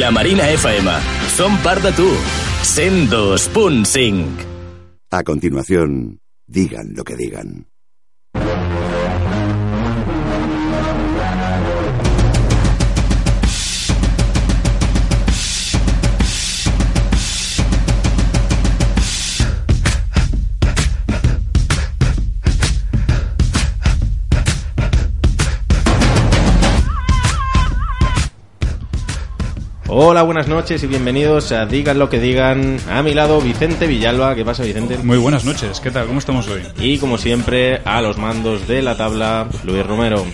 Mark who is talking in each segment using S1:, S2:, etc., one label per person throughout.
S1: La Marina FM. Som part de tu. 102.5.
S2: A continuación, digan lo que digan.
S3: Hola, buenas noches y bienvenidos a Digan lo que digan. A mi lado Vicente Villalba, ¿qué pasa Vicente?
S4: Muy buenas noches, ¿qué tal? ¿Cómo estamos hoy?
S3: Y como siempre, a los mandos de la tabla, Luis Romero.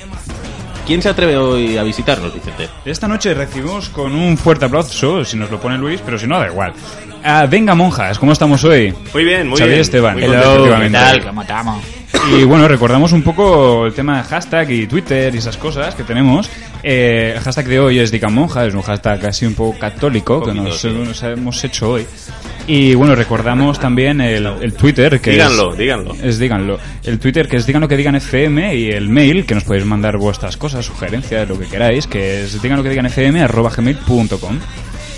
S3: ¿Quién se atreve hoy a visitarnos, Vicente?
S4: Esta noche recibimos con un fuerte aplauso, si nos lo pone Luis, pero si no, da igual. Ah, venga, monjas, ¿cómo estamos hoy?
S5: Muy bien, muy
S4: Xavier
S5: bien.
S4: Esteban.
S5: Muy
S4: Hello,
S5: contento.
S4: efectivamente.
S6: ¿Qué tal? ¿Cómo estamos?
S4: Y bueno, recordamos un poco el tema de hashtag y Twitter y esas cosas que tenemos. Eh, el hashtag de hoy es Digan Monja, es un hashtag así un poco católico que
S3: Poquito,
S4: nos,
S3: sí.
S4: nos hemos hecho hoy. Y bueno, recordamos también el, el Twitter que
S5: Díganlo,
S4: es,
S5: díganlo.
S4: es díganlo. El Twitter que es digan lo que digan FM y el mail que nos podéis mandar vuestras cosas, sugerencias, lo que queráis, que es digan lo que digan FM arroba gmail.com.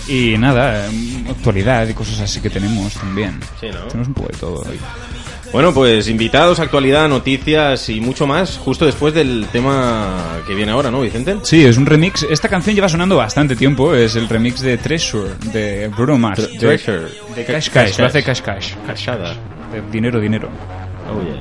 S4: Y nada, eh, actualidad y cosas así que tenemos también.
S3: Sí, ¿no?
S4: Tenemos un poco de todo hoy.
S3: Bueno, pues invitados, actualidad, noticias y mucho más, justo después del tema que viene ahora, ¿no, Vicente?
S4: Sí, es un remix. Esta canción lleva sonando bastante tiempo. Es el remix de Treasure de Bruno Mars. De-
S3: Tre- Treasure.
S4: De Cash Cash. Lo hace Cash Cash.
S3: Cachada.
S4: De dinero, dinero.
S3: Oh, yeah.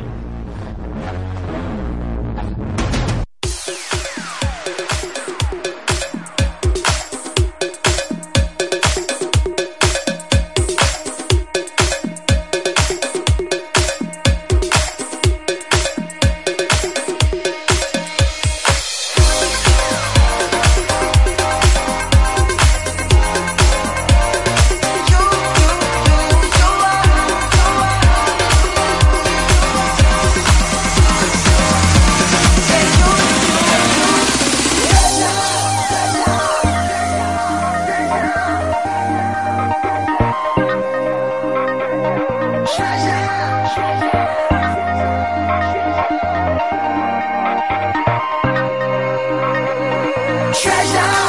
S7: treasure.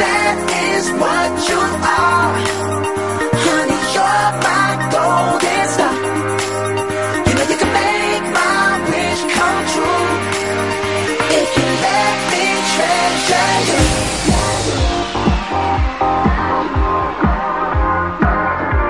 S7: That is what you are. Honey, you're my golden star. You know you can make my wish come true. If you let me treasure you. Let me treasure you. Treasure.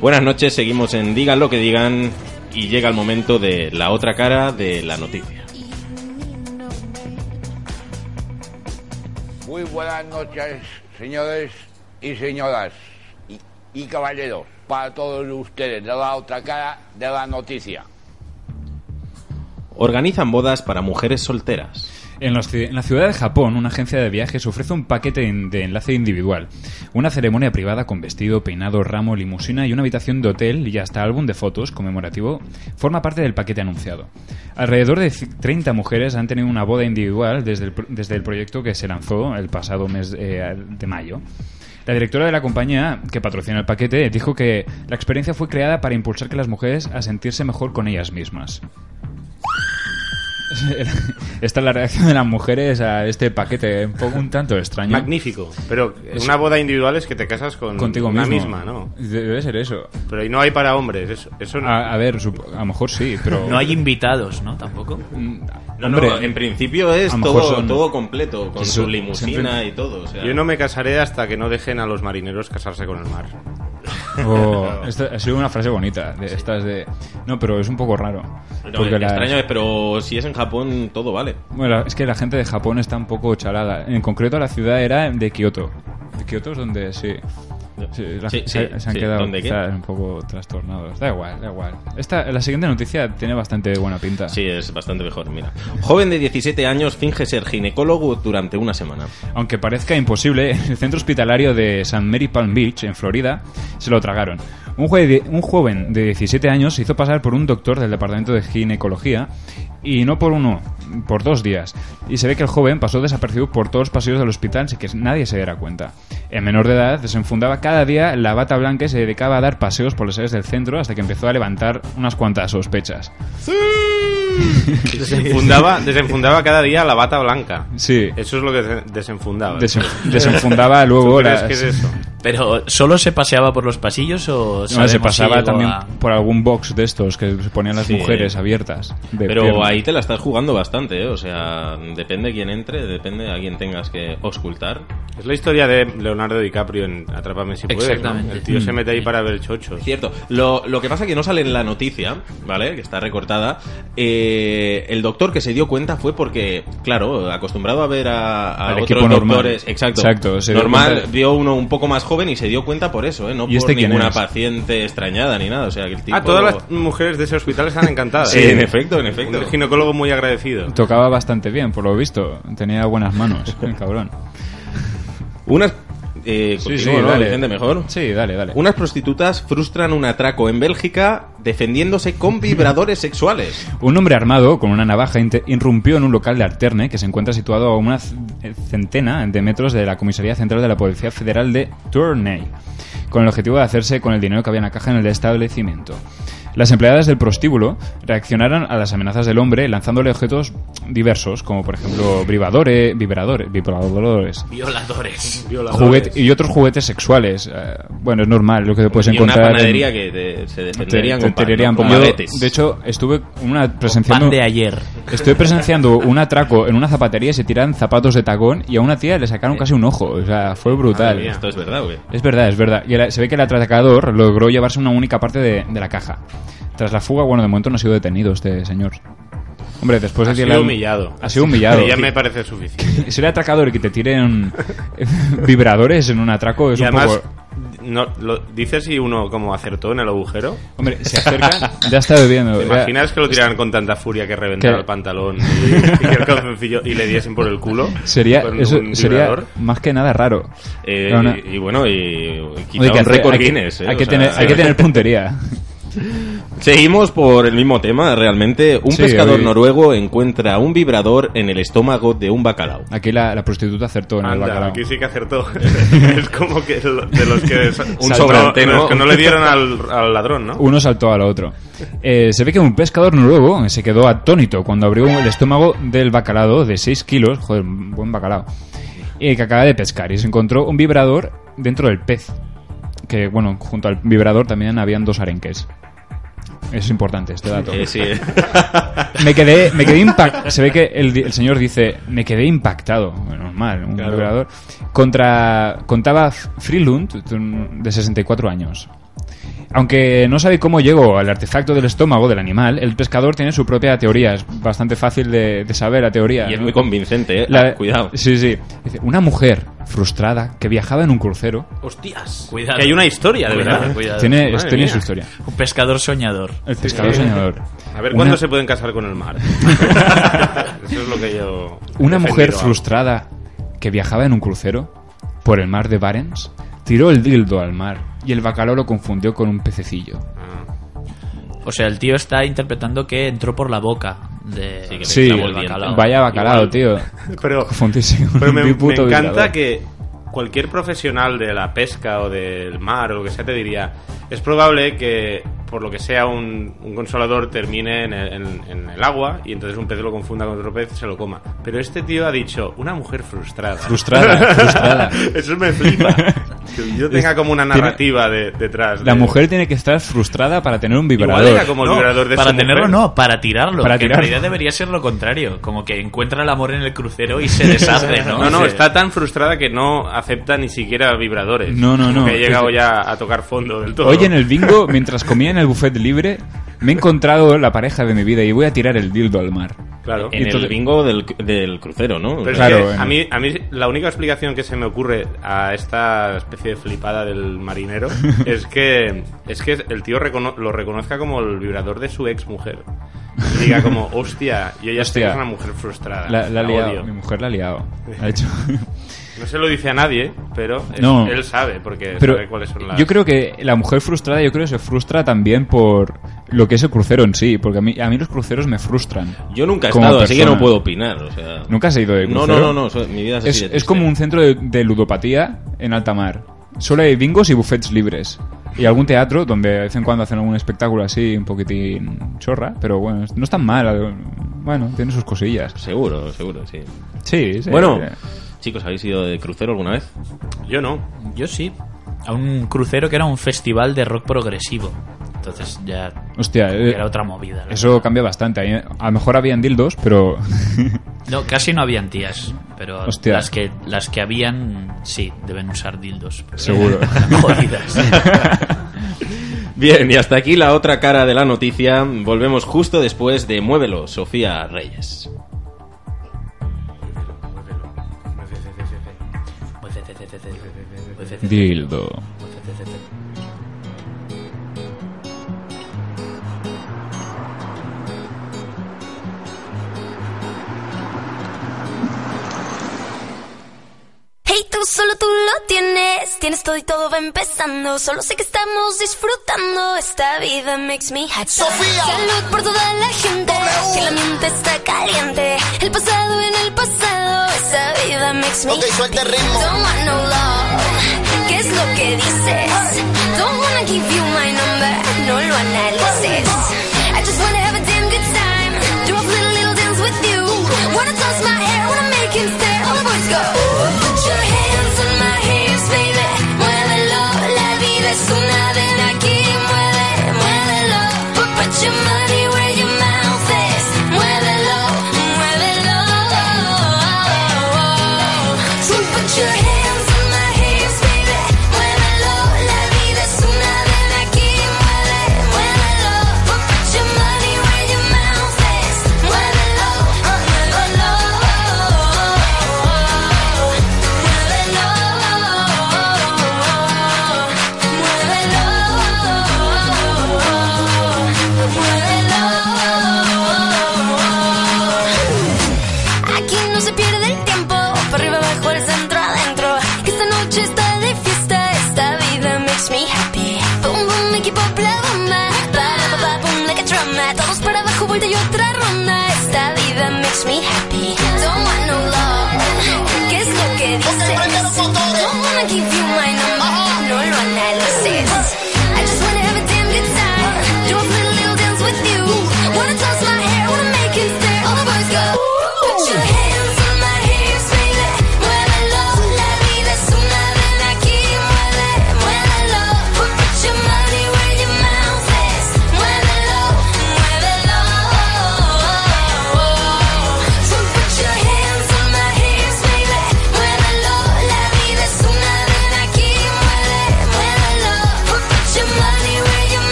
S3: Buenas noches, seguimos en Digan lo que digan y llega el momento de la otra cara de la noticia.
S1: Muy buenas noches, señores y señoras y, y caballeros, para todos ustedes de la otra cara de la noticia.
S3: Organizan bodas para mujeres solteras.
S4: En, los ci- en la ciudad de Japón, una agencia de viajes ofrece un paquete en- de enlace individual, una ceremonia privada con vestido, peinado, ramo, limusina y una habitación de hotel y hasta álbum de fotos conmemorativo forma parte del paquete anunciado. Alrededor de ci- 30 mujeres han tenido una boda individual desde el, pro- desde el proyecto que se lanzó el pasado mes eh, de mayo. La directora de la compañía que patrocina el paquete dijo que la experiencia fue creada para impulsar que las mujeres a sentirse mejor con ellas mismas. Esta es la reacción de las mujeres a este paquete un poco un tanto extraño.
S5: Magnífico. Pero
S4: Es-
S5: una boda individual es que te casas con
S4: Contigo
S5: una
S4: mismo.
S5: misma, ¿no?
S4: Debe ser eso.
S5: Pero y no hay para hombres. Eso, eso no.
S4: A, a ver, sup- a lo mejor sí, pero...
S6: No hay invitados, ¿no? Tampoco.
S3: No,
S4: Hombre,
S3: no, en principio es
S4: a lo
S3: todo,
S4: mejor son-
S3: todo completo, con
S4: Sí,
S3: su
S4: son-
S3: limusina y todo. o sea.
S5: Yo no me casaré hasta que no dejen a los marineros casarse con el mar.
S4: o- oh, esta ha sido una frase bonita. De, estas de... No, pero es un poco raro.
S3: No,
S4: porque la-
S3: extraño es, pero si es en Japón, todo vale.
S4: Bueno, la- es que la gente de Japón está un poco chalada. En concreto, la ciudad era de Kioto. De Kioto es donde sí. Sí, la-
S3: Sí, sí,
S4: se, se han
S3: sí,
S4: quedado
S3: ¿dónde qué?
S4: quizás un poco trastornados. Da igual, da igual. Esta, la siguiente noticia tiene bastante buena pinta.
S3: Sí, es bastante mejor, mira. Joven de 17 años finge ser ginecólogo durante una semana.
S4: Aunque parezca imposible, en el centro hospitalario de St. Mary Palm Beach, en Florida, se lo tragaron. Un, jue- un joven de 17 años se hizo pasar por un doctor del departamento de ginecología y no por uno, por dos días. Y se ve que el joven pasó desapercibido por todos los pasillos del hospital sin que nadie se diera cuenta. En menor de edad, desenfundaba cada día la bata blanca y se dedicaba a dar paseos por las áreas del centro hasta que empezó a levantar unas cuantas sospechas.
S5: Fundaba, desenfundaba cada día la bata blanca.
S4: Sí,
S5: Eso es lo que desen- desenfundaba.
S4: desen- desenfundaba
S5: ¿Tú
S4: luego
S5: crees
S4: las...
S5: que es eso?
S6: Pero, ¿solo se paseaba por los pasillos o
S4: No,
S6: sabemos
S4: se
S6: si
S4: pasaba
S6: llegó
S4: también
S6: a-
S4: por algún box de estos que se ponían las
S3: Sí.
S4: mujeres abiertas. de
S3: Pero
S4: piernas.
S3: ahí te la estás jugando bastante, ¿eh? O sea, depende quién entre, depende a quién tengas que auscultar.
S5: Es la historia de Leonardo DiCaprio en Atrápame si puedes. ¿no?
S6: Exactamente.
S5: El tío se mete ahí para ver chochos.
S3: Cierto. Lo, lo que pasa que no sale en la noticia, ¿vale? Que está recortada. Eh, el doctor que se dio cuenta fue porque, claro, acostumbrado a ver a, a
S4: Al
S3: otros
S4: equipo
S3: doctores.
S4: normal.
S3: Exacto.
S4: Exacto, se dio
S3: normal,
S4: cuenta-
S3: vio uno un poco más joven y se dio cuenta por eso, ¿eh? No
S4: ¿Y
S3: por
S4: este quién
S3: ninguna
S4: es?
S3: paciente extrañada ni nada. O sea, que el tipo.
S5: Ah, todas las mujeres de ese hospital están encantadas.
S3: Sí, en efecto, en efecto.
S5: Un ginecólogo muy agradecido.
S4: Tocaba bastante bien, por lo visto. Tenía buenas manos, el cabrón.
S3: Unas. Eh, continúo, ¿no? Vicente, mejor.
S4: Sí, dale, dale.
S3: Unas prostitutas frustran un atraco en Bélgica defendiéndose con vibradores sexuales.
S4: Un hombre armado con una navaja inte- irrumpió en un local de Alterne que se encuentra situado a una c- eh, centena de metros de la comisaría central de la Policía Federal de Tournai, con el objetivo de hacerse con el dinero que había en la caja en el establecimiento. Las empleadas del prostíbulo reaccionaron a las amenazas del hombre lanzándole objetos diversos, como por ejemplo vibradores, vibradores, vibradores,
S6: Violadores.
S4: juguete- y otros juguetes sexuales. Eh, bueno, es normal lo que puedes
S3: y
S4: Pues
S3: una
S4: encontrar. en-
S3: panadería que te- se
S4: te-
S3: defenderían
S4: te
S3: con, pan,
S4: tirarían
S3: ¿no? con
S4: pan. Yo,
S3: madetes.
S4: De hecho, estuve una
S6: Pan
S4: presenciando
S6: de ayer.
S4: Estoy presenciando un atraco en una zapatería y se tiran zapatos de tagón y a una tía le sacaron casi un ojo. O sea, fue
S5: Madre
S4: brutal.
S5: mía.
S3: Esto es verdad, güey.
S4: Es verdad, es verdad. Y el- se ve que el atracador logró llevarse una única parte de, de la caja. Tras la fuga, bueno, de momento no ha sido detenido este señor. Hombre, después
S5: Ha
S4: de que
S5: sido
S4: le han-
S5: humillado.
S4: Ha sido humillado.
S5: Y ya me parece suficiente.
S4: Y Ser atracador y que te tiren vibradores en un atraco es
S5: y
S4: un
S5: además,
S4: poco...
S5: no, lo, dices si uno como acertó en el agujero.
S4: Hombre, se acerca, ya está bebiendo.
S5: ¿Te
S4: ya-
S5: imaginas que lo tiraran con tanta furia que reventara
S4: Que-
S5: el pantalón y, y el calzoncillo y le diesen por el culo?
S4: Sería,
S5: con
S4: eso,
S5: un
S4: sería
S5: vibrador?
S4: más que nada raro.
S3: Eh,
S4: Pero una-
S3: y, y bueno, y, y quita
S4: Oye, que
S3: un
S4: hacer-
S3: récord
S4: hay que-
S3: Guinness. eh,
S4: hay
S3: o
S4: que
S3: sea,
S4: tener- hay que tener puntería.
S3: Seguimos por el mismo tema, realmente. Un
S4: Sí,
S3: pescador
S4: oye.
S3: noruego encuentra un vibrador en el estómago de un bacalao.
S4: Aquí la, la prostituta acertó en el
S5: Anda,
S4: bacalao.
S5: aquí sí que acertó. es como que lo- de los que,
S3: Un
S5: no-
S3: sobrante,
S5: de los
S3: ¿no?
S5: que no le dieron al, al ladrón, ¿no?
S4: Uno saltó al otro. Eh, se ve que un pescador noruego eh, se quedó atónito cuando abrió el estómago del bacalao de 6 kilos, joder, un buen bacalao, eh, que acaba de pescar y se encontró un vibrador dentro del pez. Que bueno, junto al vibrador también habían dos arenques. Es importante este dato.
S3: Eh, sí.
S4: Me quedé, me quedé impactado. Se ve que el, di- el señor dice, me quedé impactado. Bueno, Normal, un vibrador. Contra, contaba F- Frilund, de 64 años. Aunque no sabe cómo llegó al artefacto del estómago del animal, el pescador tiene su propia teoría. Es bastante fácil de, de saber la teoría.
S3: Y es
S4: ¿no?
S3: muy convincente, ¿eh?
S4: La-
S3: Ah, Cuidado.
S4: Sí, sí. Dice, una mujer frustrada que viajaba en un crucero
S3: ¡Hostias!
S6: Cuidado.
S5: Que hay una historia, de
S6: Cuidado,
S5: verdad. eh,
S6: cuidado.
S4: tiene,
S5: madre
S4: tiene
S5: mía.
S4: su historia.
S6: Un pescador soñador.
S4: El pescador soñador.
S5: A ver
S4: Una-
S5: cuándo se pueden casar con el mar. Eso es lo que yo. he
S4: Una
S5: defendido
S4: mujer
S5: a-
S4: frustrada que viajaba en un crucero por el mar de Barents tiró el dildo al mar y el bacalao lo confundió con un pececillo.
S6: O sea, el tío está interpretando que entró por la boca de
S3: Sí, que le
S4: Sí,
S3: clavó el diente.
S6: bacalao.
S4: vaya bacalao,
S5: Igual.
S4: tío.
S5: Pero,
S4: Confundísimo.
S5: pero me,
S4: Un puto
S5: me encanta
S4: violador.
S5: que cualquier profesional de la pesca o del mar o lo que sea te diría: es probable que por lo que sea un, un consolador termine en el, en- en el agua y entonces un pez lo confunda con otro pez y se lo coma. Pero este tío ha dicho: una mujer frustrada.
S4: Frustrada, frustrada.
S5: Eso me flipa. Que yo tenga como una narrativa de- detrás.
S4: La
S5: de-
S4: mujer tiene que estar frustrada para tener un
S5: Igual
S4: vibrador.
S5: era como el
S6: No,
S5: vibrador de
S6: para
S5: su mujer.
S6: tenerlo no, para tirarlo.
S4: Para
S6: que
S4: tirarlo.
S6: en realidad debería ser lo contrario. Como que encuentra el amor en el crucero y se deshace, ¿no?
S5: No, no,
S6: Se-
S5: está tan frustrada que no acepta ni siquiera vibradores.
S4: No, no, no.
S5: Que he llegado ya a tocar fondo del todo.
S4: Hoy en el bingo, mientras comía en el buffet libre, me he encontrado la pareja de mi vida y voy a tirar el dildo al mar.
S5: Claro.
S3: En el
S4: Entonces-
S3: bingo del, del crucero, ¿no?
S5: Pero es
S4: Claro,
S5: que
S4: en-
S5: a, mí, a mí la única explicación que se me ocurre a esta especie de flipada del marinero es que es que el tío recono- lo reconozca como el vibrador de su ex mujer. Y diga como, hostia, yo ya estoy
S4: Hostia.
S5: es una mujer frustrada.
S4: La, la ha liado,
S5: odio".
S4: mi mujer la ha liado. Ha hecho.
S5: No se lo dice a nadie, pero es-
S4: No.
S5: él sabe, porque
S4: Pero
S5: sabe cuáles son las...
S4: yo creo que la mujer frustrada, yo creo que se frustra también por lo que es el crucero en sí, porque a mí, a mí los cruceros me frustran.
S3: Yo nunca he
S4: Como
S3: estado, así que
S4: persona.
S3: no puedo opinar. O sea...
S4: ¿Nunca has ido de
S3: No,
S4: crucero?
S3: no, no, no, so- mi vida es,
S4: Es,
S3: así de
S4: es
S3: triste.
S4: como un centro de, de ludopatía en alta mar. Solo hay bingos y buffets libres. Y algún teatro donde de vez en cuando hacen algún espectáculo así, un poquitín chorra, pero bueno, no es tan mal. Bueno, tiene sus cosillas.
S3: Seguro, seguro, sí.
S4: Sí, sí.
S3: bueno,
S4: sí.
S3: chicos, ¿habéis ido de crucero alguna vez?
S5: Yo no.
S6: Yo sí. A un crucero que era un festival de rock progresivo. Entonces ya
S4: Hostia, eh,
S6: era otra movida. ¿no?
S4: eso cambia bastante. Ahí, A lo mejor habían dildos, pero.
S6: No, casi no habían tías, pero
S4: Hostia.
S6: las que las que habían sí deben usar dildos. porque
S4: Seguro.
S6: eran Jodidas.
S3: Bien, y hasta aquí la otra cara de la noticia. Volvemos justo después de Muévelo, Sofía Reyes.
S4: Dildo.
S8: Hey, tú solo tú lo tienes, tienes todo y todo va empezando. Solo sé que estamos disfrutando esta vida makes me happy.
S9: Sofía.
S8: Salud por toda la gente,
S9: W.
S8: que el ambiente está caliente. El pasado en el pasado, esa vida makes me
S9: Ok, suelta el ritmo.
S8: Don't want no love, ¿qué es lo que dices? Don't wanna give you my number, no lo analices. I just wanna have a damn good time, do a little, little dance with you. Wanna toss my hair, wanna make him stare, all the boys go. Put your hands on my hips, baby, muévelo, la vida es una ven aquí, mueve, muévelo. Put, put your money where your mouth is, muévelo, muévelo. So put your hands on my hips, baby, muévelo, la vida es una ven aquí, mueve, muévelo. Put, put your money where your mouth is, muévelo, muévelo.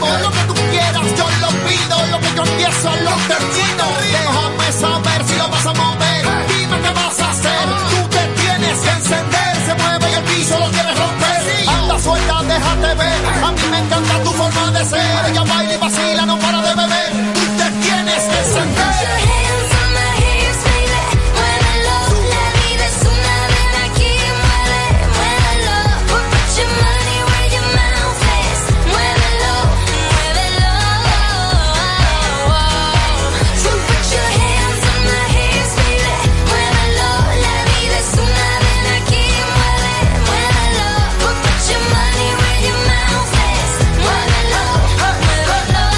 S8: uh,
S9: lo que tú quieras, yo lo pido, lo que yo empiezo lo termino. Déjame saber si lo vas a mover, dime qué vas a hacer. Tú te tienes que encender, se mueve y el piso lo quieres romper. Anda suelta, déjate ver, a mí me encanta tu forma de ser. Ella baila y vacila, no para de beber. Tú te tienes que encender.
S8: Put your hands on my hips, baby. Muévelo, la vida es una ven aquí, mueve, muévelo. Put your money where your mouth is, muévelo, muévelo. So put your hands on my hips, baby. Muévelo, la vida es una ven aquí, mueve, muévelo. Put your money where your mouth is, muévelo, muévelo.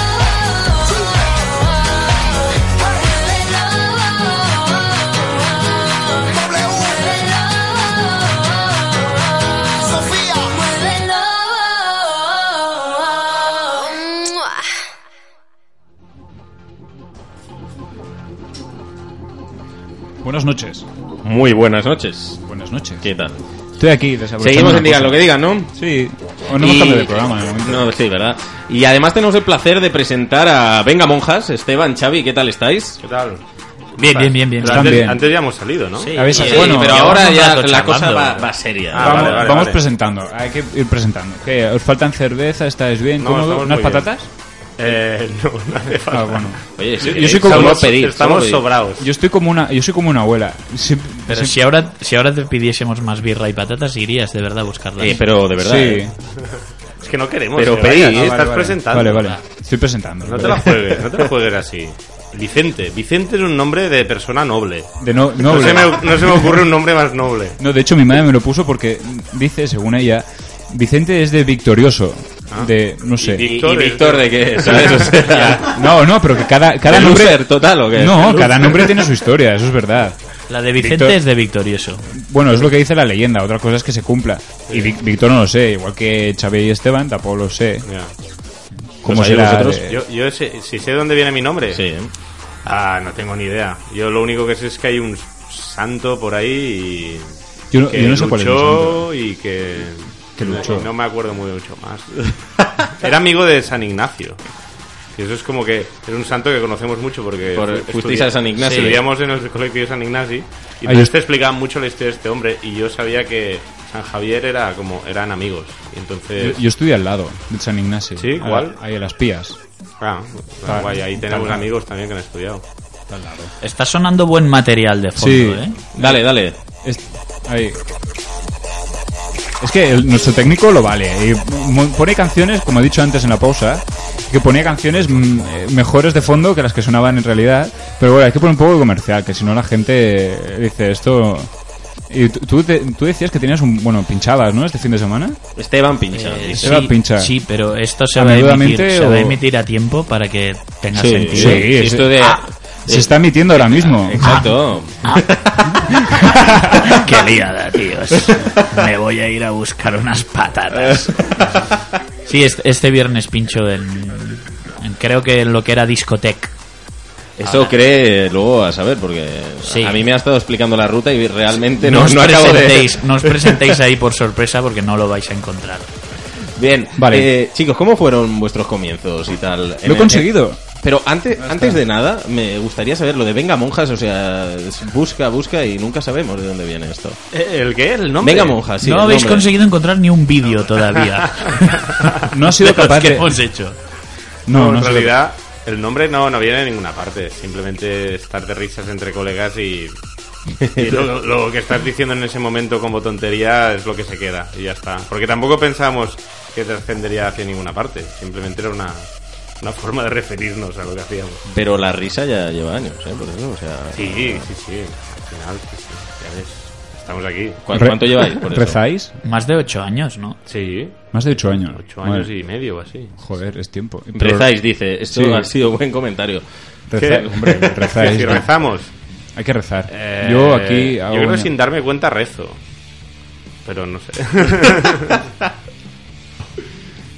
S9: Sofía.
S4: Buenas noches.
S3: Muy buenas noches.
S4: Buenas noches.
S3: ¿Qué tal?
S4: Estoy aquí desabrochando
S3: Seguimos
S4: una
S3: en Digan
S4: cosa.
S3: lo que digan, ¿no?
S4: Sí. Hoy no hemos
S3: Y-
S4: cambiado de programa ¿eh? de momento.
S3: No, sí, ¿verdad? Y además tenemos el placer de presentar a Venga Monjas, Esteban, Xavi, ¿qué tal estáis?
S5: ¿Qué tal?
S6: Bien, bien, bien, bien.
S5: Pero
S4: Están
S5: antes,
S4: bien.
S5: antes ya hemos salido, ¿no?
S6: Sí.
S4: A ver si-
S6: Sí,
S4: bueno,
S3: pero
S6: llevamos
S3: ahora
S6: un
S3: ya
S6: rato
S3: la cosa
S6: charlando.
S3: va, va seria.
S5: Ah,
S4: vamos
S5: vale, vale,
S4: vamos
S5: vale.
S4: presentando, hay que ir presentando. ¿Qué? ¿Os faltan cerveza? ¿Estáis bien?
S5: No,
S4: ¿Cómo?
S5: estamos
S4: ¿Unas
S5: muy bien.
S4: patatas?
S5: Eh, no, no hace falta.
S4: Ah, bueno.
S3: Oye, si
S4: Yo- yo
S3: queréis,
S4: soy como-
S3: solo
S5: Estamos,
S3: pedid, solo
S5: estamos
S3: pedid.
S5: sobrados.
S4: Yo estoy como una, yo soy como una abuela. Sí,
S6: Pero
S4: sí.
S6: si ahora, si ahora te pidiésemos más birra y patatas, irías de verdad a buscarlas.
S3: Eh, pero de verdad.
S4: Sí.
S3: eh.
S5: Es que no queremos.
S3: Pero
S5: que
S3: pedid,
S5: vayas,
S3: ah,
S5: estás
S3: vale,
S4: vale,
S5: presentando. Ah.
S4: Vale, vale. Estoy presentando.
S5: No te la juegues, no te la juegues así. Vicente. Vicente es un nombre de persona noble.
S4: De no,
S5: No,
S4: noble.
S5: se me, no se me ocurre un nombre más noble.
S4: No, de hecho mi madre me lo puso porque dice, según ella, Vicente es de victorioso.
S5: Ah.
S4: De, no sé.
S3: ¿Y,
S5: Víctor
S3: y
S5: es-
S3: Víctor de qué? ¿Sabes? O sea,
S4: No, no, pero que cada, cada
S3: ¿de
S4: nombre.
S3: loser total o qué?
S4: No, cada nombre tiene su historia, eso es verdad.
S6: la de Vicente
S4: Víctor-
S6: es de victorioso.
S4: Bueno, es lo que dice la leyenda, otra cosa es que se cumpla. Y Vic- Víctor no lo sé, igual que Xavi y Esteban tampoco lo sé.
S5: Ya.
S4: ¿Cómo
S3: Pues ahí
S4: será?
S3: vosotros,
S4: de-
S5: Yo, yo sé- si sé dónde viene mi nombre.
S3: Sí. ¿eh?
S5: Ah, no tengo ni idea. Yo lo único que sé es que hay un santo por ahí y
S4: Yo no-
S5: que
S4: yo no sé
S5: luchó
S4: cuál es el santo.
S5: y que
S4: Que luchó.
S5: No, no me acuerdo muy mucho más. Era amigo de San Ignacio. Y eso es como que es un santo que conocemos mucho porque
S3: Por-
S5: estu-
S3: fuisteis a San Ignacio.
S5: Estudiamos en el colegio San Ignacio y
S4: Ah,
S5: entonces
S4: ¿eh? yo-
S5: te explicaban mucho la historia de este hombre y yo sabía que San Javier era como eran amigos. Y entonces
S4: Yo, yo estudié al lado de San Ignacio.
S5: Sí,
S4: A-
S5: ¿cuál?
S4: Ahí a las pías.
S5: ah, guay, ahí tenemos amigos también que han estudiado.
S6: Está sonando buen material de fondo,
S4: Sí.
S6: ¿eh?
S3: Dale, dale.
S4: Es, ahí. Es que el- nuestro técnico lo vale. eh. Y mo- pone canciones, como he dicho antes en la pausa, que ponía canciones mm, eh, mejores de fondo que las que sonaban en realidad. Pero bueno, hay que poner un poco de comercial, que si no la gente eh, dice esto. Y tú, tú te- tú decías que tenías un. Bueno, pinchabas, ¿no? Este fin de semana.
S3: Esteban pincha.
S6: Eh,
S4: Se va a pinchar.
S6: Sí, pero esto se
S4: ¿A
S6: va, a emitir,
S4: menudamente
S6: se va a
S4: o-
S6: emitir a tiempo para que tenga
S3: Sí,
S6: sentido.
S3: sí,
S4: Sí,
S3: sí,
S4: es-
S3: esto de-
S4: ah, se está emitiendo ahora mismo.
S3: Exacto. ah.
S6: Qué liada, tíos. Me voy a ir a buscar unas patatas. Sí, este, este viernes pincho en, en- Creo que en lo que era discotec.
S3: Eso cree luego a saber, porque
S6: Sí.
S3: a mí me ha estado explicando la ruta y realmente
S6: no,
S3: no,
S6: os
S3: no acabo de...
S6: presentéis, no os presentéis ahí por sorpresa porque no lo vais a encontrar.
S3: Bien,
S4: Vale.
S3: eh, chicos, ¿cómo fueron vuestros comienzos y tal? En
S4: Lo he
S3: el-
S4: conseguido.
S3: Pero antes, antes de nada, me gustaría saber lo de Venga Monjas, o sea, es- busca, busca y nunca sabemos de dónde viene esto.
S5: Eh, ¿El qué? ¿El nombre?
S3: Venga Monjas, sí.
S6: no
S3: el
S6: habéis
S3: nombre.
S6: conseguido encontrar ni un vídeo todavía.
S4: No ha sido
S6: De los
S4: capaz
S6: que
S4: de.
S6: hemos hecho.
S4: No, no ha
S5: en
S4: sido-
S5: realidad el nombre no, no viene de ninguna parte. Simplemente estar de risas entre colegas y, y lo, lo que estás diciendo en ese momento como tontería es lo que se queda y ya está. Porque tampoco pensamos que trascendería hacia ninguna parte. Simplemente era una, una forma de referirnos a lo que hacíamos.
S3: Pero la risa ya lleva años, ¿eh? Por eso, o sea...
S5: Sí, sí, sí. Al final, sí, sí, ya ves. Estamos aquí.
S3: ¿cu-
S4: Re-
S3: ¿Cuánto lleváis por eso?
S4: ¿Rezáis?
S6: Más de ocho años, ¿no?
S5: Sí,
S4: Más de 8 años.
S5: ocho años
S4: Madre-
S5: y medio o así.
S4: Joder, es tiempo. Pero-
S3: Rezáis, dice. Esto
S4: Sí.
S3: ha sido buen comentario.
S4: Reza-
S5: ¿Qué?
S4: hombre, rezáis,
S5: Si
S4: ¿no?
S5: rezamos.
S4: Hay que rezar.
S5: Eh,
S4: yo aquí hago
S5: Yo creo
S4: una-
S5: que sin darme cuenta rezo. Pero no sé.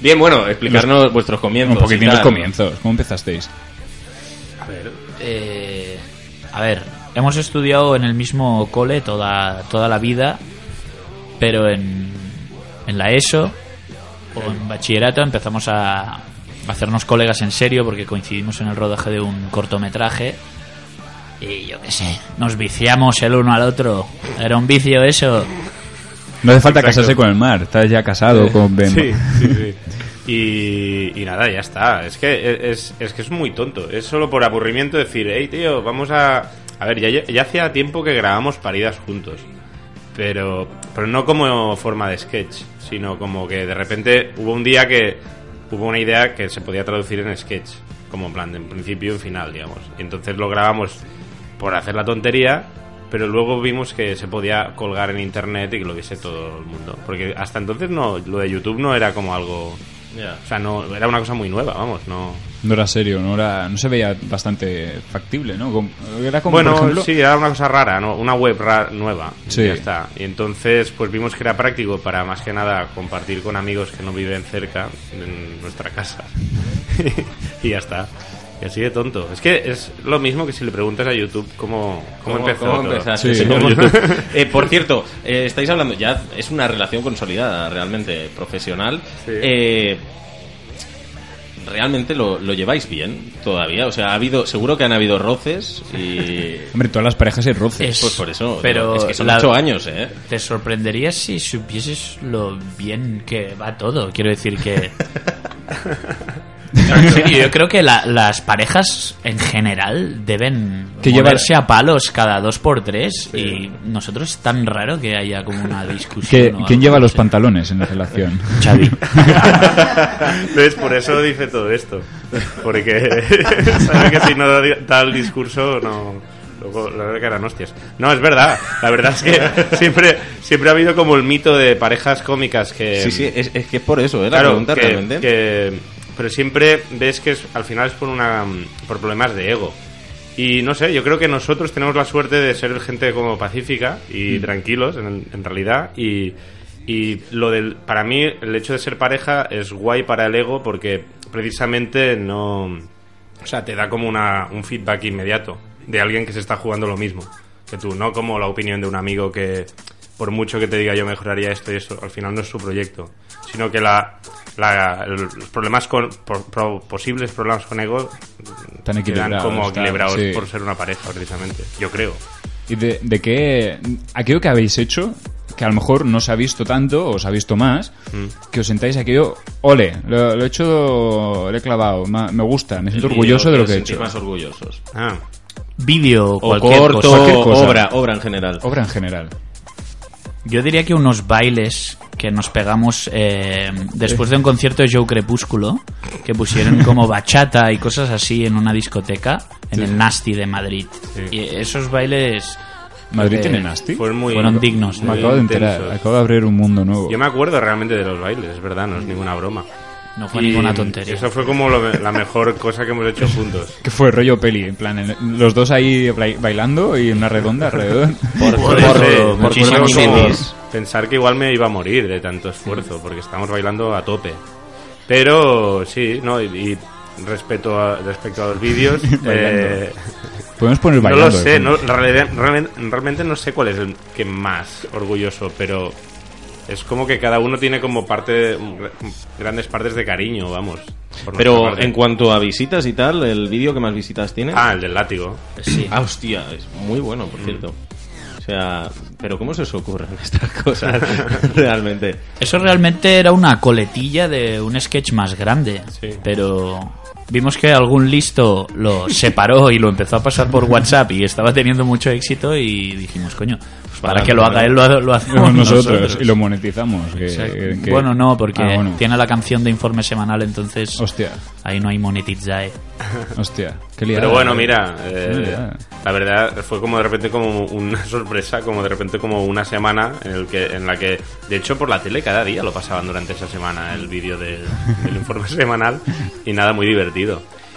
S3: Bien, bueno, explicarnos vuestros comienzos.
S4: un poquitín
S3: y
S4: los
S3: tal.
S4: comienzos. ¿Cómo empezasteis?
S6: Eh, a ver, hemos estudiado en el mismo cole toda, toda la vida, pero en, en la ESO o en bachillerato empezamos a, hacernos colegas en serio porque coincidimos en el rodaje de un cortometraje. Y yo qué sé, nos viciamos el uno al otro. Era un vicio eso.
S4: No hace falta casarse con el mar, estás ya casado con Ben.
S5: Sí, sí, sí. Y, y nada, ya está. Es que es, es que es muy tonto. Es solo por aburrimiento decir, hey, tío, vamos a... A ver, ya, ya hacía tiempo que grabamos paridas juntos. Pero, pero no como forma de sketch, sino como que de repente hubo un día que hubo una idea que se podía traducir en sketch. Como en plan, de en principio y en final, digamos. Y entonces lo grabamos por hacer la tontería, pero luego vimos que se podía colgar en internet y que lo viese todo el mundo. Porque hasta entonces no, lo de YouTube no era como algo.
S3: Ya.
S5: O sea, no, era una cosa muy nueva, vamos, no.
S4: No era serio, no era, no se veía bastante factible, ¿no? Como- Era como,
S5: bueno,
S4: por ejemplo,
S5: sí, era una cosa rara, ¿no? una web ra- nueva.
S4: Sí.
S5: Ya está. Y entonces, pues vimos que era práctico para más que nada compartir con amigos que no viven cerca en nuestra casa. y ya está. Y así de tonto. Es que es lo mismo que si le preguntas a YouTube cómo, cómo, empezó.
S3: ¿Cómo
S5: todo.
S3: empezaste
S4: Sí.
S3: con YouTube? Eh, por cierto, eh, estáis hablando, ya es una relación consolidada realmente profesional.
S5: Sí.
S3: Eh, ¿Realmente lo, lo lleváis bien todavía? O sea, ha habido, seguro que han habido roces y...
S4: Hombre, todas las parejas hay roces.
S6: Es-
S3: Pues por eso,
S6: pero
S3: digo, es que son
S6: la-
S3: ocho años, ¿eh?
S6: Te sorprenderías si supieses lo bien que va todo. Quiero decir que. En serio, yo creo que la- las parejas en general deben
S4: Que llevar-
S6: llevarse a palos cada dos por tres y nosotros es tan raro que haya como una discusión.
S4: Que-
S6: o algo,
S4: ¿Quién lleva
S6: no
S4: los
S6: sé.
S4: pantalones en la relación?
S6: Xavi.
S5: ¿Ves? Por eso dice todo esto. Porque sabe que si no da, da el discurso, no. Luego la verdad que eran hostias. No, es verdad. La verdad es que siempre, siempre ha habido como el mito de parejas cómicas que.
S3: sí, sí, es, es que es por eso, ¿eh? La
S5: claro,
S3: pregunta
S5: que-
S3: realmente.
S5: que- pero siempre ves que es- al final es por, una, por problemas de ego. Y no sé, yo creo que nosotros tenemos la suerte de ser gente como pacífica
S3: Mm.
S5: y tranquilos, en, en realidad. Y, y lo del, para mí, el hecho de ser pareja es guay para el ego porque precisamente no. O sea, te da como una, un feedback inmediato de alguien que se está jugando lo mismo que tú, no como la opinión de un amigo que, por mucho que te diga yo mejoraría esto y esto, al final no es su proyecto, sino que la, la- el- los problemas con, por- pro- posibles problemas con ego
S4: Tan
S5: quedan
S4: equilibrados.
S5: como
S4: tal,
S5: equilibrados
S4: sí.
S5: por ser una pareja, precisamente. Yo creo.
S4: ¿Y de, de qué? Aquello que habéis hecho, que a lo mejor no se ha visto tanto o se ha visto más,
S5: Mm.
S4: que os sentáis aquello, ole, lo, lo he hecho, lo he clavado, ma- me gusta, me siento
S3: Y
S4: orgulloso
S3: os-
S4: de lo
S3: os
S4: que he
S3: sentís
S4: hecho.
S3: más orgullosos.
S5: Ah,
S6: Vídeo o
S3: O
S6: cualquier
S3: corto,
S6: cosa.
S4: cualquier cosa.
S3: obra, obra en general.
S4: Obra en general.
S6: Yo diría que unos bailes que nos pegamos eh, después de un concierto de Joe Crepúsculo, que pusieron como bachata y cosas así en una discoteca, en el Nasty de Madrid. Y esos bailes
S4: ¿Madrid
S6: Eh,
S4: tiene nasty?
S5: fueron muy
S6: fueron dignos.
S4: Me
S5: muy
S4: acabo de enterar,
S5: intensos.
S4: acabo de abrir un mundo nuevo.
S5: Yo me acuerdo realmente de los bailes, es verdad, no es ninguna broma.
S6: no fue
S5: Y
S6: ninguna tontería.
S5: Eso fue como lo- la mejor cosa que hemos hecho juntos.
S4: Que fue rollo peli, en plan, en- los dos ahí bla- bailando y en una redonda alrededor.
S5: Por
S6: Porro,
S5: eso,
S6: muchísimo
S5: por eso
S6: dinero.
S5: pensar que igual me iba a morir de tanto esfuerzo, porque estamos bailando a tope. Pero sí, no, y, y respecto a, respecto a los vídeos, eh,
S4: Podemos poner
S5: no
S4: bailando. eh,
S5: lo
S4: de
S5: sé,
S4: fondo.
S5: no, realmente, realmente- realmente no sé cuál es el que más orgulloso, pero es como que cada uno tiene como parte, grandes partes de cariño, vamos. por nuestra
S3: Pero
S5: parte.
S3: en cuanto a visitas y tal, ¿el vídeo que más visitas tiene?
S5: Ah, el del látigo.
S6: Sí.
S3: Ah, hostia, es muy bueno,
S6: Mm.
S3: por cierto. O sea, pero ¿cómo se os ocurren estas cosas realmente?
S6: Eso realmente era una coletilla de un sketch más grande,
S5: Sí.
S6: pero vimos que algún listo lo separó y lo empezó a pasar por WhatsApp y estaba teniendo mucho éxito y dijimos, coño, pues para que lo haga él lo, ha- lo hacemos
S4: Somos nosotros,
S6: nosotros.
S4: y lo monetizamos. que-
S6: Exacto.
S4: que-
S6: Bueno, no, porque
S4: Ah, bueno.
S6: tiene la canción de informe semanal, entonces
S4: Hostia,
S6: ahí no hay eh. monetizae.
S4: hostia, qué liada.
S5: Pero bueno,
S4: eh.
S5: mira, eh,
S4: Muy bien.
S5: la verdad fue como de repente como una sorpresa, como de repente como una semana en, el que, en la que, de hecho por la tele cada día lo pasaban durante esa semana el vídeo del, del informe semanal y nada, muy divertido.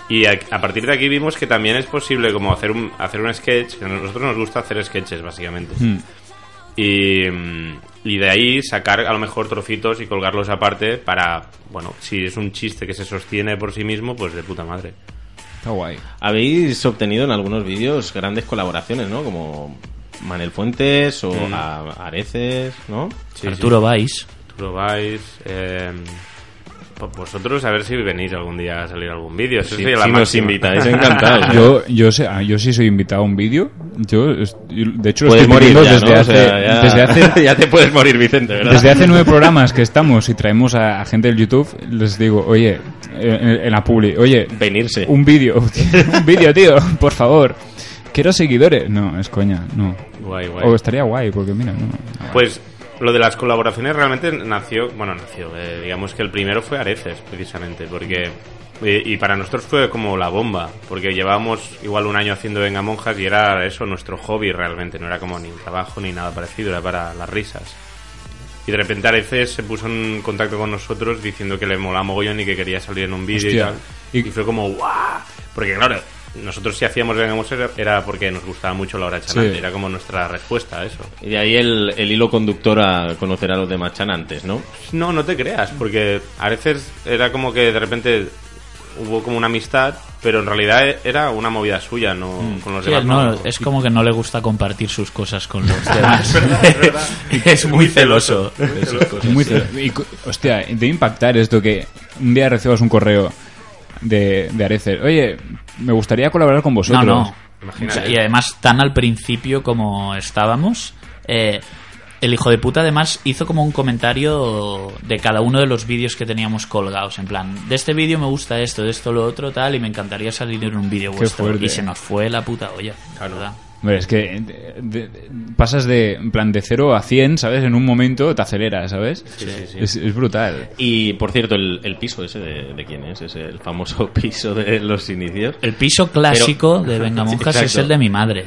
S5: Y a, a partir de aquí vimos que también es posible como hacer un, hacer un sketch, que a nosotros nos gusta hacer sketches básicamente.
S4: Hmm.
S5: Y, mm, y de ahí sacar a lo mejor trocitos y colgarlos aparte para, bueno, si es un chiste que se sostiene por sí mismo, pues de puta madre.
S4: Está guay.
S3: Habéis obtenido en algunos vídeos grandes colaboraciones, ¿no? Como Manel Fuentes o a- Areces, ¿no?
S5: Sí, sí.
S6: Arturo Valls,
S5: Arturo Valls, eh, Por vosotros, a ver si venís algún día a salir algún vídeo. Eso
S3: Si,
S5: sería la
S3: si nos
S5: máxima.
S3: invitáis, encantados.
S4: Yo, yo, sé- ah, yo sí soy invitado a un vídeo. Yo, es- yo- de hecho, lo
S3: puedes
S4: estoy
S3: morir
S4: pidiendo
S3: ya,
S4: desde,
S3: ¿no? O
S4: hace,
S3: sea, ya,
S4: desde hace
S3: ya te puedes morir, Vicente, ¿verdad?
S4: Desde hace nueve programas que estamos y traemos a, a gente del YouTube, les digo, oye, eh, en, en la publi, oye,
S3: Venirse.
S4: un vídeo, un vídeo, tío, por favor. Quiero seguidores. No, es coña, no.
S5: Guay, guay.
S4: O estaría guay, porque mira, no.
S5: Pues lo de las colaboraciones realmente nació, bueno, nació, eh, digamos que el primero fue Areces, precisamente, porque... eh, Y para nosotros fue como la bomba, porque llevábamos igual un año haciendo Venga Monjas y era eso nuestro hobby realmente, no era como ni un trabajo ni nada parecido, era para las risas. Y de repente Areces se puso en contacto con nosotros diciendo que le molaba mogollón y que quería salir en un vídeo y
S4: Hostia.
S5: tal.
S4: Y-
S5: Y... fue como ¡guau! Porque claro, nosotros si hacíamos Venga Monjas era- era porque nos gustaba mucho la hora chanante,
S4: Sí.
S5: era como nuestra respuesta a eso.
S3: Y de ahí el, el hilo conductor a conocer a los demás chanantes, ¿no?
S5: No, no te creas, porque a veces era como que de repente hubo como una amistad, pero en realidad e- era una movida suya, no con los
S6: Sí,
S5: demás.
S6: no,
S5: no.
S6: es como que no le gusta compartir sus cosas con los demás.
S5: Es verdad, es verdad.
S6: Es muy celoso. de sus cosas.
S4: Muy cer- y cu- hostia, de impactar esto que un día recibas un correo de, de Areces, oye, me gustaría colaborar con
S6: No,
S4: vosotros.
S6: no.
S5: Imagínate.
S6: O sea, y además, tan al principio como estábamos, eh, el hijo de puta además hizo como un comentario de cada uno de los vídeos que teníamos colgados. En plan, de este vídeo me gusta esto, de esto lo otro, tal, y me encantaría salir en un vídeo
S4: Qué
S6: vuestro.
S4: fuerte.
S6: Y se nos fue la puta olla. la verdad.
S4: Hombre, es que eh, de- de- pasas de, en plan, de 0 a 100, ¿sabes? En un momento te aceleras, ¿sabes? Es, es brutal.
S3: Y, por cierto, el, el piso ese de, de quién es, es el famoso piso de los inicios.
S6: El piso clásico de Venga
S3: Sí,
S6: Monjas es
S3: exacto.
S6: el de mi madre.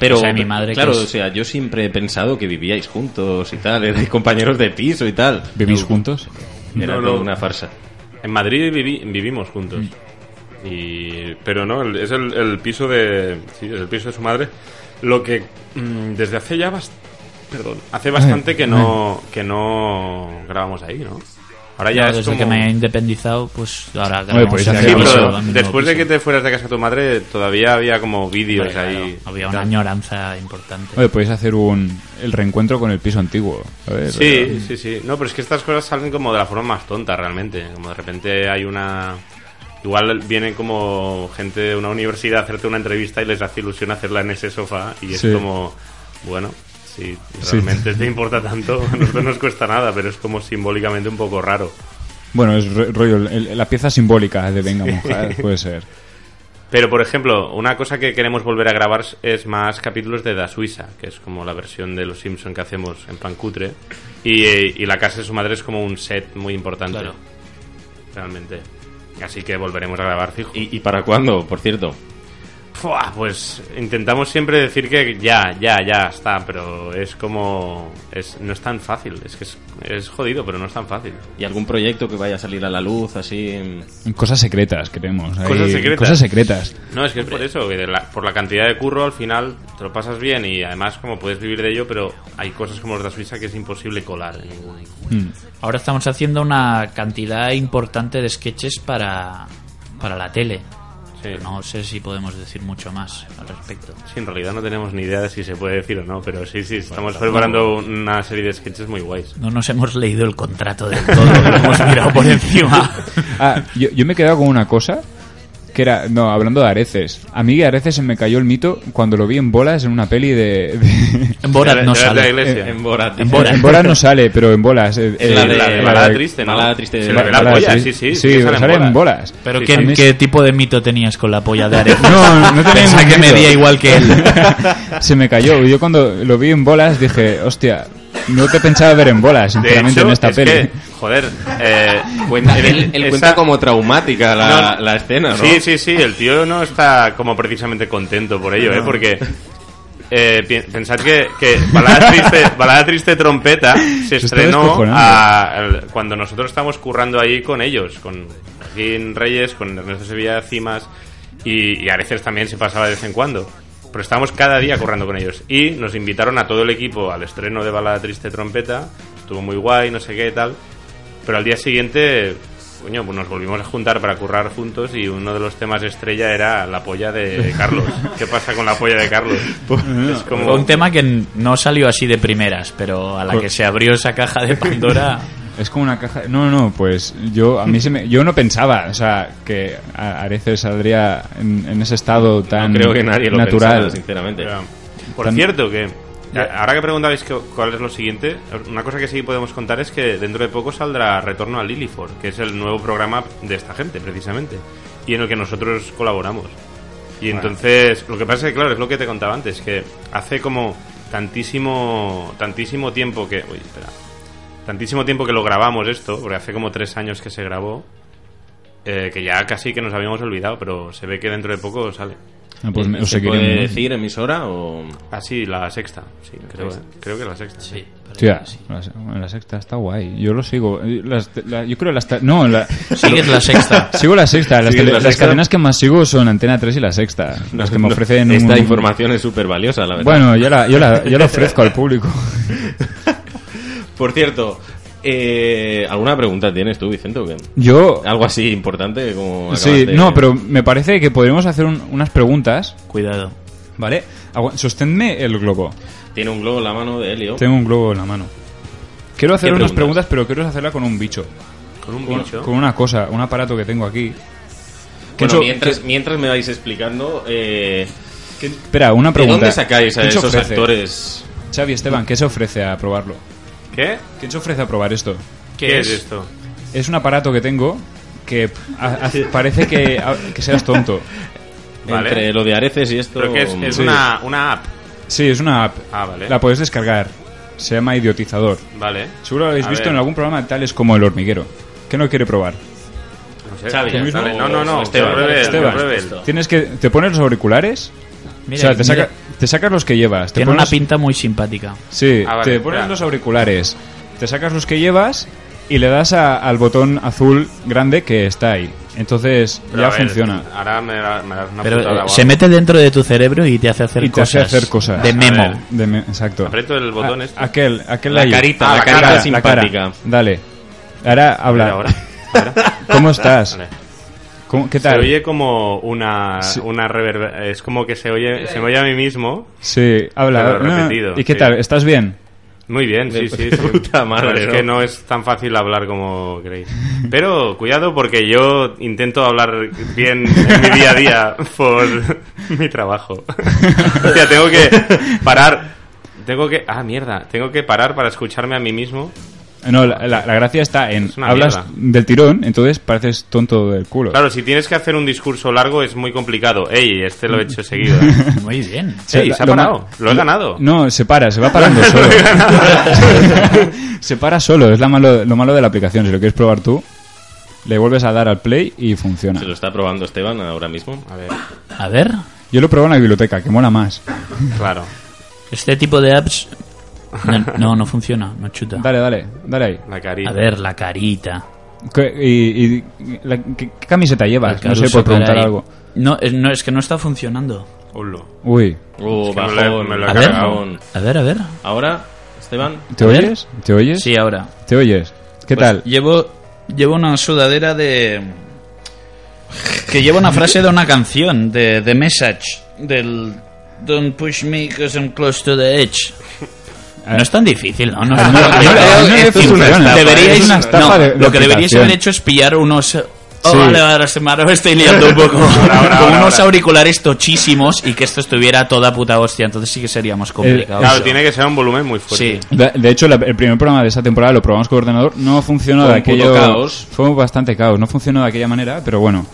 S3: Pero,
S6: O sea, mi madre que
S3: claro,
S6: es-
S3: o sea, yo siempre he pensado que vivíais juntos y tal, erais compañeros de piso y tal.
S4: ¿Vivís juntos?
S3: Era
S5: No,
S3: todo
S5: no.
S3: una farsa.
S5: En Madrid vivi- vivimos juntos.
S6: Mm.
S5: Y, pero no, el- es el, el piso de. Sí, es el piso de su madre. Lo que mm, desde hace ya bast- Perdón, hace bastante que no, que no grabamos ahí, ¿no? Ahora ya
S6: No,
S5: es
S6: desde
S5: como...
S6: que me he independizado, pues ahora
S4: Hombre, pues,
S6: grabamos en
S4: ya
S6: el
S4: Claro,
S5: Sí,
S6: piso,
S5: pero
S6: en el nuevo
S5: después de
S4: pues
S6: piso.
S5: que te fueras de casa de tu madre, todavía había como vídeos
S6: Hombre, claro,
S5: ahí.
S6: había una añoranza importante.
S4: Oye, podéis hacer un, el reencuentro con el piso antiguo. ¿sabes?
S5: Sí, sí, sí. No, pero es que estas cosas salen como de la forma más tonta realmente. Como de repente hay una... Igual viene como gente de una universidad a hacerte una entrevista y les hace ilusión hacerla en ese sofá y es
S4: Sí.
S5: como, bueno, si
S4: Sí.
S5: realmente te importa tanto, a nosotros no nos cuesta nada, pero es como simbólicamente un poco raro.
S4: Bueno, es ro- rollo, el- la pieza simbólica de Venga Monjas, puede ser.
S5: Pero, por ejemplo, una cosa que queremos volver a grabar es más capítulos de Da Suiza, que es como la versión de Los Simpson que hacemos en plan cutre. Y, eh, y la casa de su madre es como un set muy importante.
S6: Claro.
S5: Realmente. Así que volveremos a grabar fijo. Y,
S3: ¿Y, y para cuándo, por cierto?
S5: ¡fua! pues intentamos siempre decir que ya, ya, ya está, pero es como... Es, no es tan fácil, es que es, es jodido, pero no es tan fácil.
S3: ¿Y algún proyecto que vaya a salir a la luz, así? en-
S4: Cosas secretas, queremos. ahí,
S5: Cosas secretas.
S4: Cosas secretas.
S5: No, es que es por eso, que de la- por la cantidad de curro al final te lo pasas bien y además como puedes vivir de ello, pero hay cosas como los de Suiza que es imposible colar en ningún...
S4: Mm.
S6: Ahora estamos haciendo una cantidad importante de sketches para, para la tele.
S5: Sí.
S6: Pero No sé si podemos decir mucho más al respecto.
S5: Sí, en realidad no tenemos ni idea de si se puede decir o no, pero sí, sí, estamos preparando una serie de sketches muy guays.
S6: No nos hemos leído el contrato del todo, lo hemos mirado por encima.
S4: Ah, yo, yo me he quedado con una cosa que era, no, hablando de Areces. A mí Areces se me cayó el mito cuando lo vi en bolas en una peli de... de-
S6: En Borat
S5: De la-
S6: no
S5: de la- de la
S6: sale.
S5: iglesia.
S3: En Borat.
S6: En
S3: dice.
S6: Borat.
S4: En bolas no sale, pero en bolas. eh,
S3: Es
S4: eh,
S3: la de-
S5: la de Balada Triste, ¿no?
S3: Balada Triste.
S5: Se le ve la
S4: Balada
S5: polla,
S4: Tri-
S5: sí,
S4: Sí,
S5: sí, sí,
S4: pero sale en bolas.
S6: Pero
S5: Sí,
S6: ¿qué,
S4: sí. A mí-
S6: qué tipo de mito tenías con la polla de arena?
S4: No, no tenía
S6: Pensaba
S4: ningún
S6: que
S4: mito.
S6: medía igual que él.
S4: se me cayó. Yo cuando lo vi en bolas dije, hostia, no te pensaba ver en bolas,
S5: De
S4: sinceramente,
S5: hecho,
S4: en esta
S5: es
S4: peli.
S5: que, joder, eh,
S3: Cuenta- él, él
S5: esa-
S3: cuenta como traumática la,
S5: No, no.
S3: la escena, ¿no?
S5: Sí, sí, sí, el tío no está como precisamente contento por ello, ¿eh? Porque eh, pi- pensad que, que Balada, triste, Balada Triste Trompeta se
S4: está
S5: estrenó
S4: descojonando.
S5: a- al- cuando nosotros estábamos currando ahí con ellos, con Joaquín Reyes, con Ernesto Sevilla Cimas y, y Areces también se pasaba de vez en cuando. Pero estábamos cada día currando con ellos. Y nos invitaron a todo el equipo al estreno de Balada Triste Trompeta. Estuvo muy guay, no sé qué y tal. Pero al día siguiente, coño, pues nos volvimos a juntar para currar juntos y uno de los temas estrella era la polla de Carlos. ¿Qué pasa con la polla de Carlos? es
S6: Fue
S5: como...
S6: un tema que no salió así de primeras, pero a la que se abrió esa caja de Pandora...
S4: Es como una caja. No, no, pues yo a mí se me, yo no pensaba, o sea, que a- Areces saldría en, en ese estado tan
S3: creo que nadie lo
S4: natural.
S3: pensara, sinceramente.
S5: Ya. Por
S4: Tan-
S5: cierto, que a- ahora que preguntabais que- cuál es lo siguiente, una cosa que sí podemos contar es que dentro de poco saldrá Retorno a Lilliford, que es el nuevo programa de esta gente, precisamente, y en el que nosotros colaboramos. Y entonces, lo que pasa es que, claro, es lo que te contaba antes, que hace como tantísimo, tantísimo tiempo que... Uy, espera. Tantísimo tiempo que lo grabamos esto, porque hace como tres años que se grabó, eh, que ya casi que nos habíamos olvidado, pero se ve que dentro de poco sale.
S4: Ah, pues me-
S3: ¿Se
S4: os seguiré
S3: puede
S4: en-
S3: decir emisora o...?
S5: Ah, sí, la sexta. Sí, creo, eh. Creo que la sexta.
S6: Sí,
S4: Hostia, la, se- la sexta está guay. Yo lo sigo. Eh, las te- la- yo creo las. te- No, la,
S6: Sigues la sexta.
S4: sigo la sexta. Las,
S3: Sigues
S4: tele-
S3: la
S4: las
S3: sexta.
S4: cadenas que más sigo son Antena 3 y la sexta. las que me ofrecen.
S3: Esta
S4: un-
S3: información es súper valiosa, la verdad.
S4: Bueno, yo la, yo, la, yo la ofrezco al público.
S3: Por cierto, eh, ¿alguna pregunta tienes tú, Vicente? o qué?
S4: Yo.
S3: Algo así importante como... Ah, acabas
S4: Sí,
S3: de-
S4: no, pero me parece que podríamos hacer un- unas preguntas.
S6: Cuidado.
S4: ¿Vale? Agua- Sosténme el globo.
S3: Tiene un globo en la mano de Helio.
S4: Tengo un globo en la mano. Quiero hacer
S3: ¿Qué
S4: unas
S3: preguntas?
S4: preguntas, pero quiero hacerla con un bicho.
S5: Con un
S4: Con,
S5: bicho.
S4: con una cosa, un aparato que tengo aquí. Que
S3: Bueno,
S4: eso-
S3: mientras, mientras me vais explicando... Eh,
S4: Espera, una
S3: ¿De
S4: pregunta.
S3: dónde sacáis a
S4: ¿Quién se
S3: esos
S4: ofrece?
S3: actores?
S4: Xavi, Esteban, ¿qué se ofrece a probarlo?
S5: ¿Qué?
S4: ¿Quién se ofrece a probar esto?
S5: ¿Qué, es? esto?
S4: Es un aparato que tengo que ha- ha- parece que, a- que seas tonto.
S5: Vale.
S3: Entre lo de Areces y esto... um,
S5: Creo que es, es
S3: Sí.
S5: una, una app.
S4: Sí, es una app.
S5: Ah, vale.
S4: La puedes descargar. Se llama Idiotizador.
S5: Vale.
S4: Seguro lo habéis
S5: A
S4: visto
S5: ver.
S4: en algún programa tales como El Hormiguero. ¿Qué no quiere probar?
S5: No sé.
S3: Xavi,
S5: Dale,
S3: mismo?
S5: No, no, no.
S3: Esteban,
S5: Esteban, Rebel,
S4: Esteban.
S3: Esto.
S4: Tienes que... Te pones los auriculares.
S6: Mira,
S4: o sea, te, saca-
S6: mira,
S4: te sacas los que llevas. Te
S6: tiene
S4: pones,
S6: una pinta muy simpática.
S4: Sí,
S5: Ah, vale,
S4: te pones
S5: espera.
S4: los auriculares. Te sacas los que llevas y le das a- al botón azul grande que está ahí. Entonces ya funciona.
S5: Ahora me, da- me das una
S6: Pero
S5: putada
S6: eh,
S5: guapa.
S6: se mete dentro de tu cerebro y te hace hacer
S4: y te
S6: cosas.
S4: hace hacer cosas.
S6: De
S5: A ver.
S6: memo.
S4: De me- exacto.
S5: Aprieto el botón este.
S4: Ah, A- aquel, aquel
S3: La
S4: ahí.
S3: carita,
S5: Ah, la
S3: la, carita
S5: cara, la
S3: simpática.
S4: cara. Dale. Ahora habla.
S5: Mira, ahora. Ahora.
S4: ¿Cómo estás?
S5: Vale.
S4: ¿Cómo- ¿Qué
S5: Se
S4: tal?
S5: oye como una,
S4: Sí.
S5: una reverber... Es como que se oye, se me oye a mí mismo.
S4: Sí, habla.
S5: Pero repetido,
S4: ¿Y qué
S5: sí.
S4: tal? ¿Estás bien?
S5: Muy bien, sí, sí. sí.
S3: puta madre,
S5: Pero
S3: ¿no?
S5: Es que no es tan fácil hablar como creéis. Pero cuidado porque yo intento hablar bien en mi día a día por mi trabajo. o sea, tengo que parar. Tengo que... Ah, mierda. Tengo que parar para escucharme a mí mismo.
S4: No, la, la- la gracia está en.
S5: Ah, Es una
S4: Hablas
S5: mierda.
S4: del tirón, entonces pareces tonto del culo.
S5: Claro, si tienes que hacer un discurso largo es muy complicado. Ey, este lo he hecho seguido.
S6: Muy bien.
S4: sea,
S5: Ey, se ha
S4: lo
S5: parado.
S4: ma-
S5: Lo he ganado.
S4: No, se para, se va parando solo. se para solo, es la malo, lo malo de la aplicación. Si lo quieres probar tú, le vuelves a dar al play y funciona.
S3: Se lo está probando Esteban ahora mismo.
S5: A ver,
S6: A ver,
S4: Yo lo he probado en la biblioteca, que mola más.
S5: claro.
S6: este tipo de apps. No, no, no funciona, no chuta.
S4: Dale, dale, dale ahí.
S5: La carita.
S6: A ver, la carita.
S4: ¿Qué, y, y- la- ¿qué, qué camiseta llevas?
S6: El
S4: No sé,
S6: Caruso,
S4: por preguntar
S6: caray.
S4: algo.
S6: No es, no, es que no está funcionando.
S5: Hola.
S4: Uy,
S3: Oh,
S5: Es que me lo he-
S3: bajón,
S5: me lo he
S6: A ver,
S3: bajón.
S6: a ver, a ver.
S3: Ahora, Esteban,
S4: ¿te
S6: A ver.
S4: oyes? ¿Te oyes?
S6: Sí, ahora.
S4: ¿Te oyes? ¿Qué
S6: Pues
S4: tal?
S6: Llevo, llevo una sudadera de. que lleva una frase de una canción, de The Message, del. Don't push me because I'm close to the edge. No es tan difícil, ¿no? No, no,
S4: no,
S6: yo
S4: no,
S6: creo
S4: no,
S6: que
S4: esto es una
S6: deberíais-
S4: estafa, es una estafa
S6: no,
S4: de- de
S6: lo que deberíais
S4: aplicación.
S6: haber hecho es pillar unos. Oh,
S4: Sí.
S6: vale, ahora se me ahora me estoy liando un poco.
S5: ahora,
S6: Con
S5: ahora,
S6: unos
S5: ahora.
S6: auriculares tochísimos y que esto estuviera a toda puta hostia, entonces sí que seríamos complicados.
S5: Claro, tiene que ser un volumen muy fuerte.
S6: Sí.
S4: De, de hecho, la- el primer programa de esa temporada lo probamos con ordenador, no funcionó
S3: Fue
S4: de
S3: un puto
S4: aquello.
S3: caos.
S4: Fue bastante caos, no funcionó de aquella manera, pero bueno.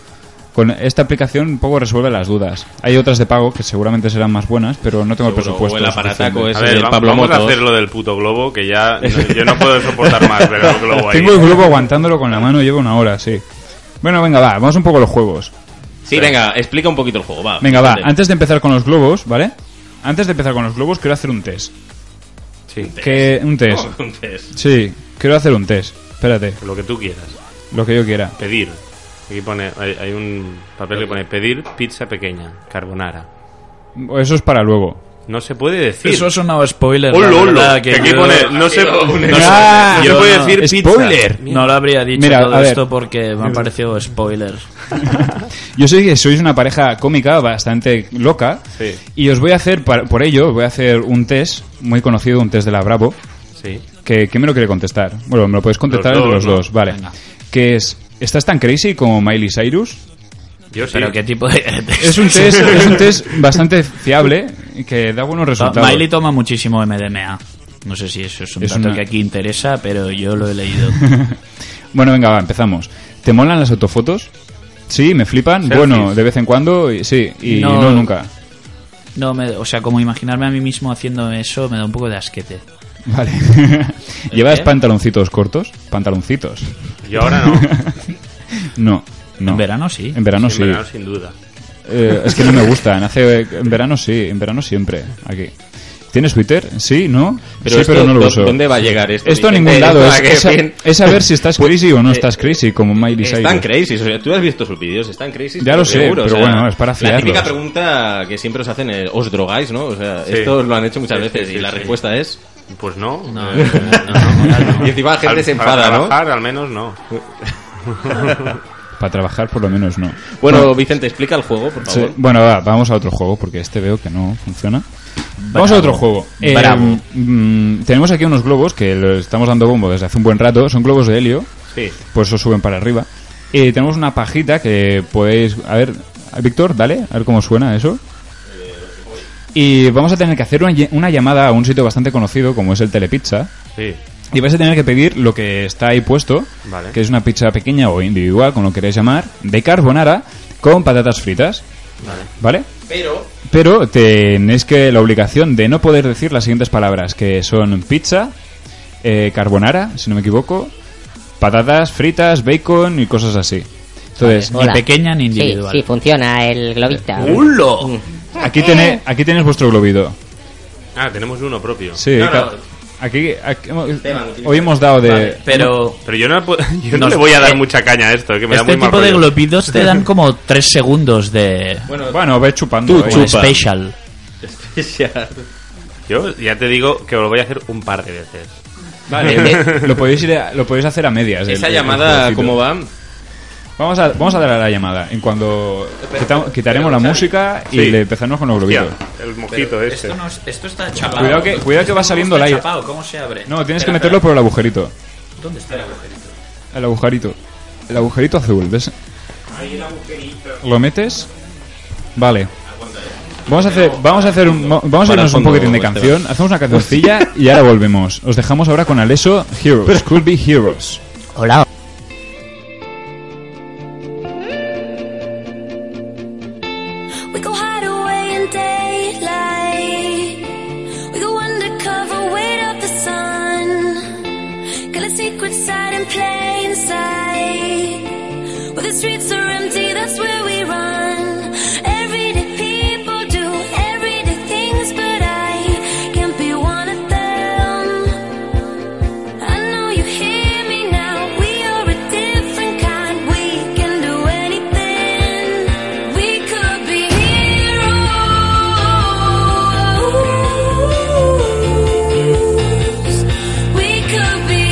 S4: Con esta aplicación un poco resuelve las dudas. Hay otras de pago que seguramente serán más buenas, pero no tengo el
S3: Seguro,
S4: presupuesto.
S3: o eh, el aparataco
S4: suficiente.
S3: ese.
S5: A
S3: Sí,
S5: ver, va-
S3: Pablo
S5: vamos a
S3: Motos.
S5: hacer lo del puto globo, que ya no- yo no puedo soportar más ver el globo ahí. ¿eh?
S4: Tengo el globo aguantándolo con la mano, llevo una hora, sí. Bueno, venga, va, vamos un poco a los juegos.
S3: Sí, venga, explica un poquito el juego, va.
S4: Venga, va,
S3: Vicente.
S4: antes de empezar con los globos, ¿vale? Antes de empezar con los globos, quiero hacer un test.
S5: Sí,
S4: Que, un test.
S5: Oh.
S3: Entonces,
S4: Sí, quiero hacer un test. Espérate,
S5: lo que tú quieras.
S4: lo que yo quiera.
S5: Pedir. Aquí pone, hay, hay un papel que pone pedir pizza pequeña, carbonara.
S4: Eso es para luego.
S5: No se puede decir.
S6: Eso ha sonado spoiler.
S5: Hola,
S6: la
S5: hola,
S6: verdad,
S5: que
S6: que
S5: aquí
S6: yo-
S5: pone, no se, no se-
S4: Ah,
S5: no se
S6: yo
S5: puede
S6: no.
S5: decir
S4: Spoiler.
S5: pizza.
S6: No lo habría dicho
S4: Mira,
S6: todo
S4: a ver.
S6: esto porque me ha parecido spoiler.
S4: Yo sé que sois una pareja cómica bastante loca
S5: Sí.
S4: y os voy a hacer, par- por ello, os voy a hacer un test muy conocido, un test de la Bravo,
S5: Sí.
S4: Que, ¿Quién me lo quiere contestar? Bueno, me lo puedes contestar
S5: Los
S4: entre
S5: dos,
S4: los
S5: ¿no?
S4: dos, vale.
S6: Venga.
S4: Que es, ¿estás tan crazy como Miley Cyrus?
S5: Yo sí.
S6: Pero qué tipo de...
S4: Es un test, es un test bastante fiable y que da buenos
S6: Pa-
S4: resultados.
S6: Ah, Miley toma muchísimo MDMA. No sé si eso es un
S4: Es
S6: dato
S4: una-
S6: que aquí interesa, pero yo lo he leído.
S4: Bueno, venga, va, empezamos. ¿Te molan las autofotos? Sí, me flipan.
S5: Selfies.
S4: Bueno, de vez en cuando, y- sí, y
S6: No.
S4: no, nunca.
S6: No, me- o sea, como imaginarme a mí mismo haciendo eso me da un poco de asquete.
S4: Vale. ¿Llevas
S6: qué?
S4: pantaloncitos cortos? Pantaloncitos.
S5: Yo ahora no.
S4: No, no.
S6: En verano sí.
S4: En verano
S5: Sí,
S4: sí.
S5: en verano, sin duda.
S4: Eh, es que no me gustan. Hace, en verano sí, en verano siempre, aquí. ¿Tienes Twitter? Sí, ¿no? sí,
S3: esto,
S4: pero no lo
S3: ¿dó-
S4: uso.
S3: ¿Dónde Eh, va a llegar esto?
S4: Esto a ningún
S3: Vicente?
S4: lado.
S3: ¿A
S4: Es,
S3: qué
S4: es a,
S3: fin?
S4: es a ver si estás crazy o no estás crazy, como Miley Cyrus.
S3: Están crazy, o sea, tú has visto sus vídeos, están crazy.
S4: Ya lo sé,
S3: seguro, o
S4: pero
S3: sea,
S4: bueno, es para
S3: La
S4: fiarlos.
S3: típica pregunta que siempre os hacen es, ¿os drogáis, no? O sea,
S5: Sí.
S3: esto lo han hecho muchas
S5: Sí,
S3: veces
S5: sí,
S3: y
S5: sí,
S3: la
S5: sí.
S3: respuesta es...
S5: Pues no.
S6: No.
S5: eh, no, no.
S3: Y encima la gente
S5: Al-
S3: se enfada,
S5: para
S3: ¿no?
S5: trabajar, al menos no.
S4: Para trabajar, por lo menos, no.
S3: Bueno, Vicente, explica el juego, por
S4: Sí,
S3: favor.
S4: Bueno, va, vamos a otro juego porque este veo que no funciona. Vamos a otro juego. Eh,
S6: Bravo.
S4: mm, tenemos aquí unos globos que lo estamos dando bombo desde hace un buen rato. Son globos de helio,
S5: Sí.
S4: por eso suben para arriba. Y tenemos una pajita que podéis. A ver, Víctor, dale, a ver cómo suena eso. Y vamos a tener que hacer una, lle- una llamada a un sitio bastante conocido como es el Telepizza.
S5: Sí.
S4: Y vais a tener que pedir lo que está ahí puesto,
S5: Vale.
S4: que es una pizza pequeña o individual, como lo queráis llamar, de carbonara con patatas fritas. Vale.
S3: Pero...
S4: Pero tenéis que la obligación de no poder decir las siguientes palabras, que son pizza, eh, carbonara, si no me equivoco, patatas fritas, bacon y cosas así. Entonces,
S6: Ni pequeña ni individual. Eh,
S10: Sí, sí, funciona el globista.
S6: ¡Hulo!
S4: aquí, tenéis, aquí tenéis vuestro globito.
S5: Ah, tenemos uno propio.
S4: Sí,
S5: No, no,
S4: ca- aquí, aquí-
S3: Esteban,
S4: hoy hemos dado de...
S6: Vale, pero...
S5: Pero yo no, la puedo- yo no
S6: Nos-
S5: le voy a dar
S6: eh,
S5: mucha caña a esto, que me da
S6: Este
S5: muy mal
S6: tipo de
S5: rollo.
S6: globitos te dan como 3 segundos de...
S3: Bueno,
S4: Bueno, vais chupando.
S6: como
S4: vais.
S6: de special.
S3: ya.
S5: Yo ya te digo que lo voy a hacer un par de veces.
S3: Vale,
S4: Eh, lo, podéis ir a- lo podéis hacer a medias. el-
S3: esa
S4: el
S3: llamada,
S4: globito.
S3: ¿cómo va?
S4: Vamos a, vamos a dar a la llamada. En cuando quitamos- quitaremos la
S3: Xavi.
S4: música y
S5: Sí.
S4: le empezaremos con los globitos.
S5: Hostia, el mojito este.
S6: esto está chapado.
S4: Cuidado que- cuidado que va saliendo el aire.
S6: ¿Cómo se abre?
S4: No, tienes que meterlo por el agujerito.
S6: ¿Dónde está el agujerito?
S4: El agujerito. El agujerito azul, ¿ves? Lo metes. Vale. Vamos a hacer, vamos a hacer un, mo- vamos a
S3: Para
S4: irnos un
S3: fondo, este
S4: poquitín de
S3: Esteban.
S4: canción, hacemos una cancioncilla y ahora volvemos. Os dejamos ahora con Aleso Heroes, Could Be Heroes.
S10: Hola.
S8: We go hide away in daylight. We go undercover, wait up the sun. Got a secret side in plain sight. Where the streets are empty, that's where we run. Everyday people do everyday things, but I can't be one of them. I know you hear me now. We are a different kind. We can do anything. We could be heroes. We could be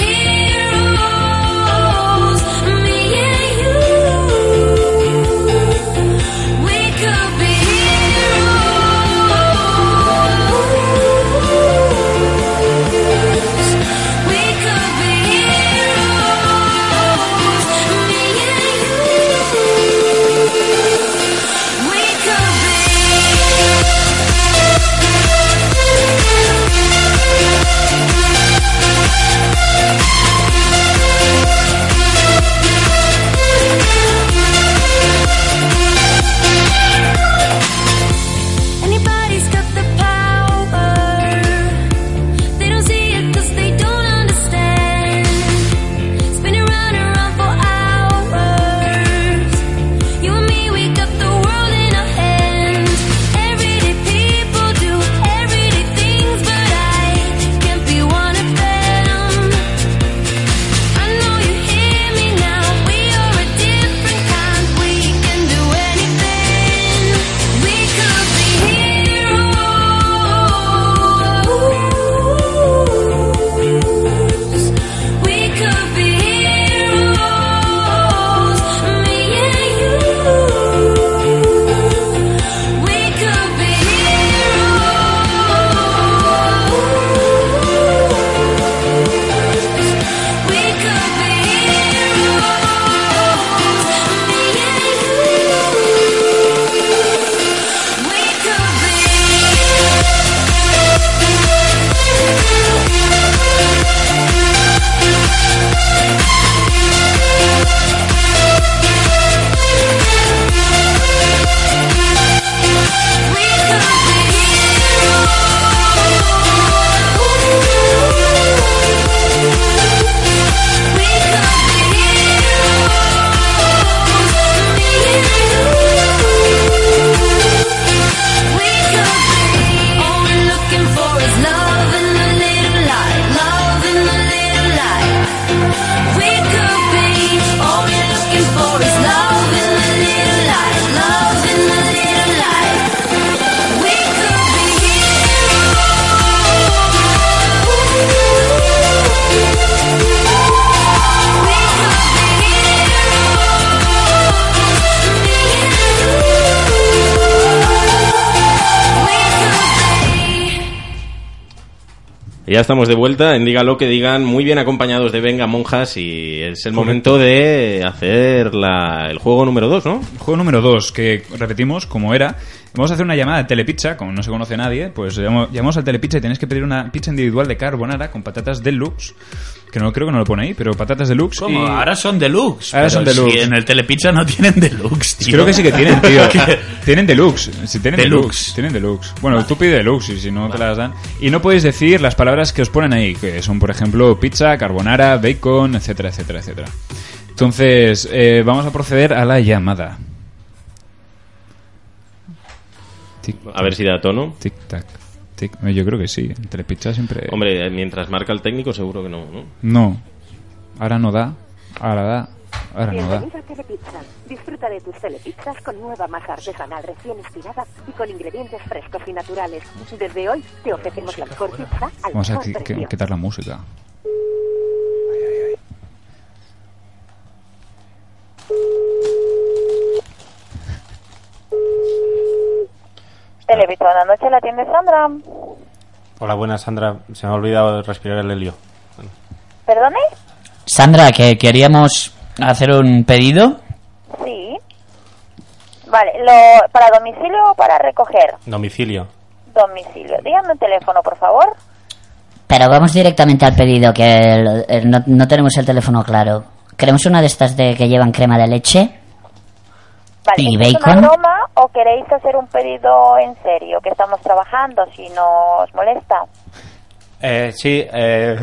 S8: heroes. Me and you.
S3: Ya estamos de vuelta en Diga lo que digan, muy bien acompañados de Venga Monjas y es el momento de hacer la- el juego número 2, ¿no?
S4: Juego número 2, que repetimos como era. Vamos a hacer una llamada a Telepizza, como no se conoce nadie, pues llamo- llamamos al Telepizza y tenéis que pedir una pizza individual de carbonara con patatas deluxe, que no creo que no lo pone ahí, pero patatas deluxe.
S6: ¿Cómo?
S4: y-
S6: Ahora son deluxe.
S4: Ahora
S6: pero
S4: son deluxe.
S6: Si en el Telepizza no tienen deluxe, tío.
S4: Creo que sí que tienen, tío.
S6: ¿Qué?
S4: tienen deluxe. Si tienen
S6: Deluxe.
S4: deluxe. Tienen deluxe. Bueno, tú pide deluxe y si no te las dan. Y no podéis decir las palabras que os ponen ahí, que son, por ejemplo, pizza, carbonara, bacon, etcétera, etcétera, etcétera. Entonces, eh, vamos a proceder a la llamada. Tic,
S3: A ver si da tono.
S4: tic, tac. Tic. Eh, Yo creo que sí. Entre pizza siempre.
S3: Hombre, eh, mientras marca el técnico seguro que no, ¿no?
S4: No. Ahora no da. Ahora da. Ahora no da.
S11: Bienvenido a Telepizza. Disfruta de tus telepizzas con nueva masa artesanal recién estirada y con ingredientes frescos y naturales. Desde hoy te ofrecemos la mejor pizza al
S4: Vamos a
S11: mejor
S4: qui- qui-
S11: precio.
S4: quitar la música.
S11: Telepizza, buenas noches, la tienda Sandra.
S5: Hola, buenas, Sandra. Se me ha olvidado respirar el helio.
S11: ¿Perdone?
S6: Sandra, que queríamos hacer un pedido.
S11: Sí. Vale, lo, ¿para domicilio o para recoger?
S5: Domicilio.
S11: Domicilio. Dígame el teléfono, por favor.
S10: Pero vamos directamente al pedido, que el- el- no, no tenemos el teléfono claro. ¿Queremos una de estas de que llevan crema de leche?
S11: Vale,
S10: ¿Y
S11: ¿esto ¿Es
S10: bacon?
S11: una broma o queréis hacer un pedido en serio? Que estamos trabajando, si no os molesta.
S5: Eh, sí, eh,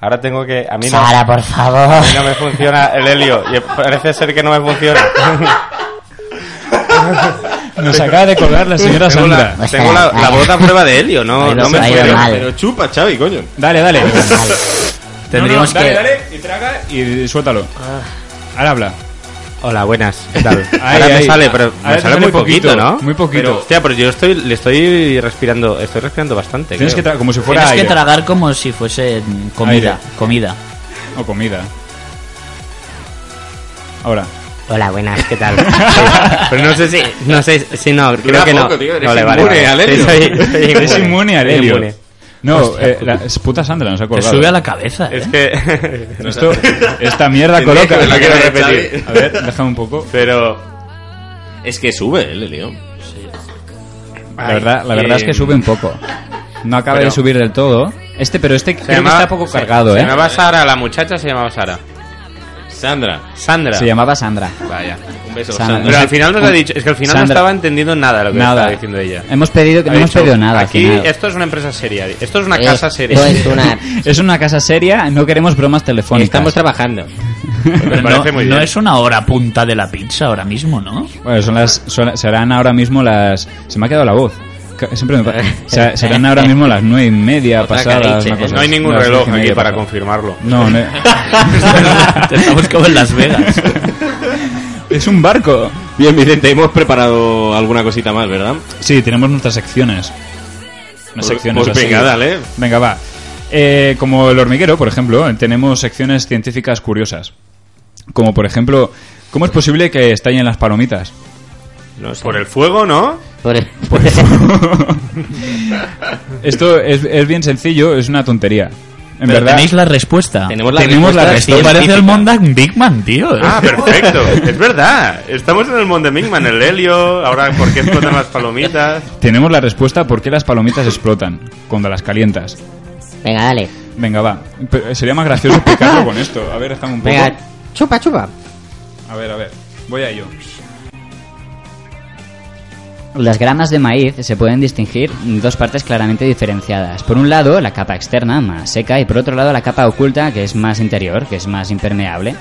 S5: ahora tengo que... A mí no,
S10: Sara,
S5: a
S10: por favor.
S5: mí no me funciona el helio. Y parece ser que no me funciona.
S4: Nos acaba de colgar la señora
S5: tengo
S4: Sandra.
S5: la, tengo la, la voz a prueba de helio, no,
S10: Ahí lo-
S5: no me
S10: ahí lo
S5: funciona.
S10: mal.
S3: Pero chupa, Xavi, coño.
S4: Dale, dale.
S10: Vale.
S6: Tendríamos
S4: No, no,
S6: que.
S4: Dale, dale, y traga y suéltalo. Ahora habla.
S5: Hola, buenas. ¿Qué tal?
S4: Ahí,
S5: Ahora me
S4: ahí.
S5: sale, pero
S4: Ahora
S5: me
S4: te
S5: sale muy poquito, ¿no?
S4: muy poquito.
S5: Pero, hostia, pero yo estoy, le estoy respirando, estoy respirando bastante.
S4: Tienes que
S5: creo.
S4: tragar como si fuera
S6: Tienes que
S4: aire
S6: tragar como si fuese mm, comida.
S4: Aire.
S6: Comida.
S4: o comida. Ahora.
S10: Hola, buenas, ¿qué tal?
S5: pero no sé si, no sé si no, creo
S3: Dura
S5: que no.
S3: poco, tío, eres
S5: no le vale,
S3: inmune
S5: vale.
S3: al helio.
S5: Sí, soy- soy
S4: Eres inmune al
S5: soy
S4: helio.
S5: inmune.
S4: No, eh, la es puta Sandra nos ha
S6: Te
S4: colgado.
S6: sube a la cabeza.
S5: Es
S6: ¿eh?
S5: que
S4: Esto, esta mierda
S3: Tendría
S4: coloca.
S3: que
S5: no quiero
S3: Xavi.
S5: repetir.
S4: A ver, déjame un poco.
S5: Pero
S3: Es que sube el helio.
S4: La verdad, la
S5: Ay,
S4: verdad es que
S5: eh,
S4: sube un poco. No acaba
S5: pero-
S4: de subir del todo. Este, pero este creo que está poco
S5: se-
S4: cargado,
S5: se
S4: ¿eh?
S5: llamaba Sara, la muchacha se llamaba Sara.
S3: Sandra,
S5: Sandra.
S4: Se llamaba Sandra.
S5: Vaya.
S3: un beso,
S4: Sandra.
S3: Sandra.
S5: Pero al final nos ha dicho, es que al final no
S4: Sandra.
S5: estaba entendiendo nada lo que estaba
S4: Nada.
S5: diciendo ella.
S4: Hemos pedido que
S5: Ha
S4: no hemos
S5: dicho,
S4: pedido nada. al
S5: Aquí
S4: final.
S5: esto es una empresa seria, esto es una
S10: Eh,
S5: casa seria.
S10: esto es una-
S4: Es una casa seria, no queremos bromas telefónicas.
S10: trabajando.
S5: Me
S6: Pero
S5: parece
S6: no,
S5: muy
S6: no
S5: bien.
S6: es una hora punta de la pizza ahora mismo, ¿no?
S4: Bueno, son las, son- serán ahora mismo las... Se me ha quedado la voz. Ca- Siempre me pa- se- serán ahora mismo las nueve y media pasadas.
S10: caliche,
S4: una
S10: ¿eh?
S4: cosa
S5: No hay
S4: así,
S5: ningún
S4: las
S5: reloj
S4: diez y
S5: aquí
S4: media
S5: para
S4: pasadas.
S5: confirmarlo.
S4: No, no.
S6: Estamos como en Las Vegas.
S4: es un barco.
S3: Bien, Vicente, hemos preparado alguna cosita más, ¿verdad?
S4: Sí, tenemos nuestras secciones. Unas
S3: Pues-
S4: secciones
S3: pues
S4: así.
S3: venga, dale.
S4: Venga, va. Eh, como el hormiguero, por ejemplo, tenemos secciones científicas curiosas. Como por ejemplo, ¿cómo es posible que estallen las palomitas?
S5: Por el fuego, ¿no?
S10: Por,
S4: Esto es, es bien sencillo, es una tontería. En
S6: Pero
S4: verdad.
S6: tenéis la respuesta.
S10: Tenemos la
S4: Tenemos la
S6: Esto
S4: respuesta.
S6: parece el Mondan Bigman, tío. ¿eh?
S5: Ah, perfecto. es verdad. Estamos en el Monte Mingman, el helio, ahora por qué explotan las palomitas.
S4: Tenemos la respuesta por qué las palomitas explotan cuando las calientas.
S10: Venga, dale.
S4: Venga, va. Pero, eh, sería más gracioso explicarlo con esto. A ver, déjame un poco.
S10: Venga, chupa, chupa.
S4: A ver, a ver. Voy a ello.
S12: Las gramas de maíz se pueden distinguir en dos partes claramente diferenciadas. Por un lado, la capa externa, más seca, y por otro lado, la capa oculta, que es más interior, que es más impermeable.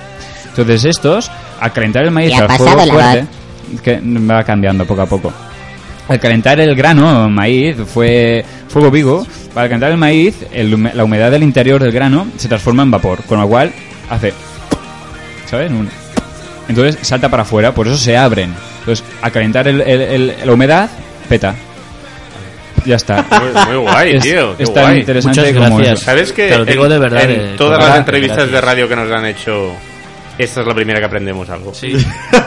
S4: Entonces estos, al calentar el maíz
S10: Ya ha
S4: al fuego
S10: pasado la
S4: fuerte, que va cambiando poco a poco. Al calentar el grano, maíz, fue fuego vivo. Al calentar el maíz, el hume- la humedad del interior del grano se transforma en vapor, con lo cual hace, ¿sabes? Un- entonces salta para afuera, por eso se abren. Entonces, al calentar el- el- el- la humedad, peta. Ya está.
S5: Muy, muy guay,
S4: Es-
S5: tío. Qué
S4: es tan
S5: guay.
S4: interesante
S6: Muchas
S4: como
S6: gracias.
S4: eso.
S5: ¿Sabes que
S6: Te lo digo
S5: en-
S6: de verdad.
S5: en
S6: de-
S5: todas
S6: de
S5: las
S6: verdad,
S5: entrevistas
S6: gracias.
S5: de radio que nos han hecho, esta es la primera que aprendemos algo.
S6: Sí.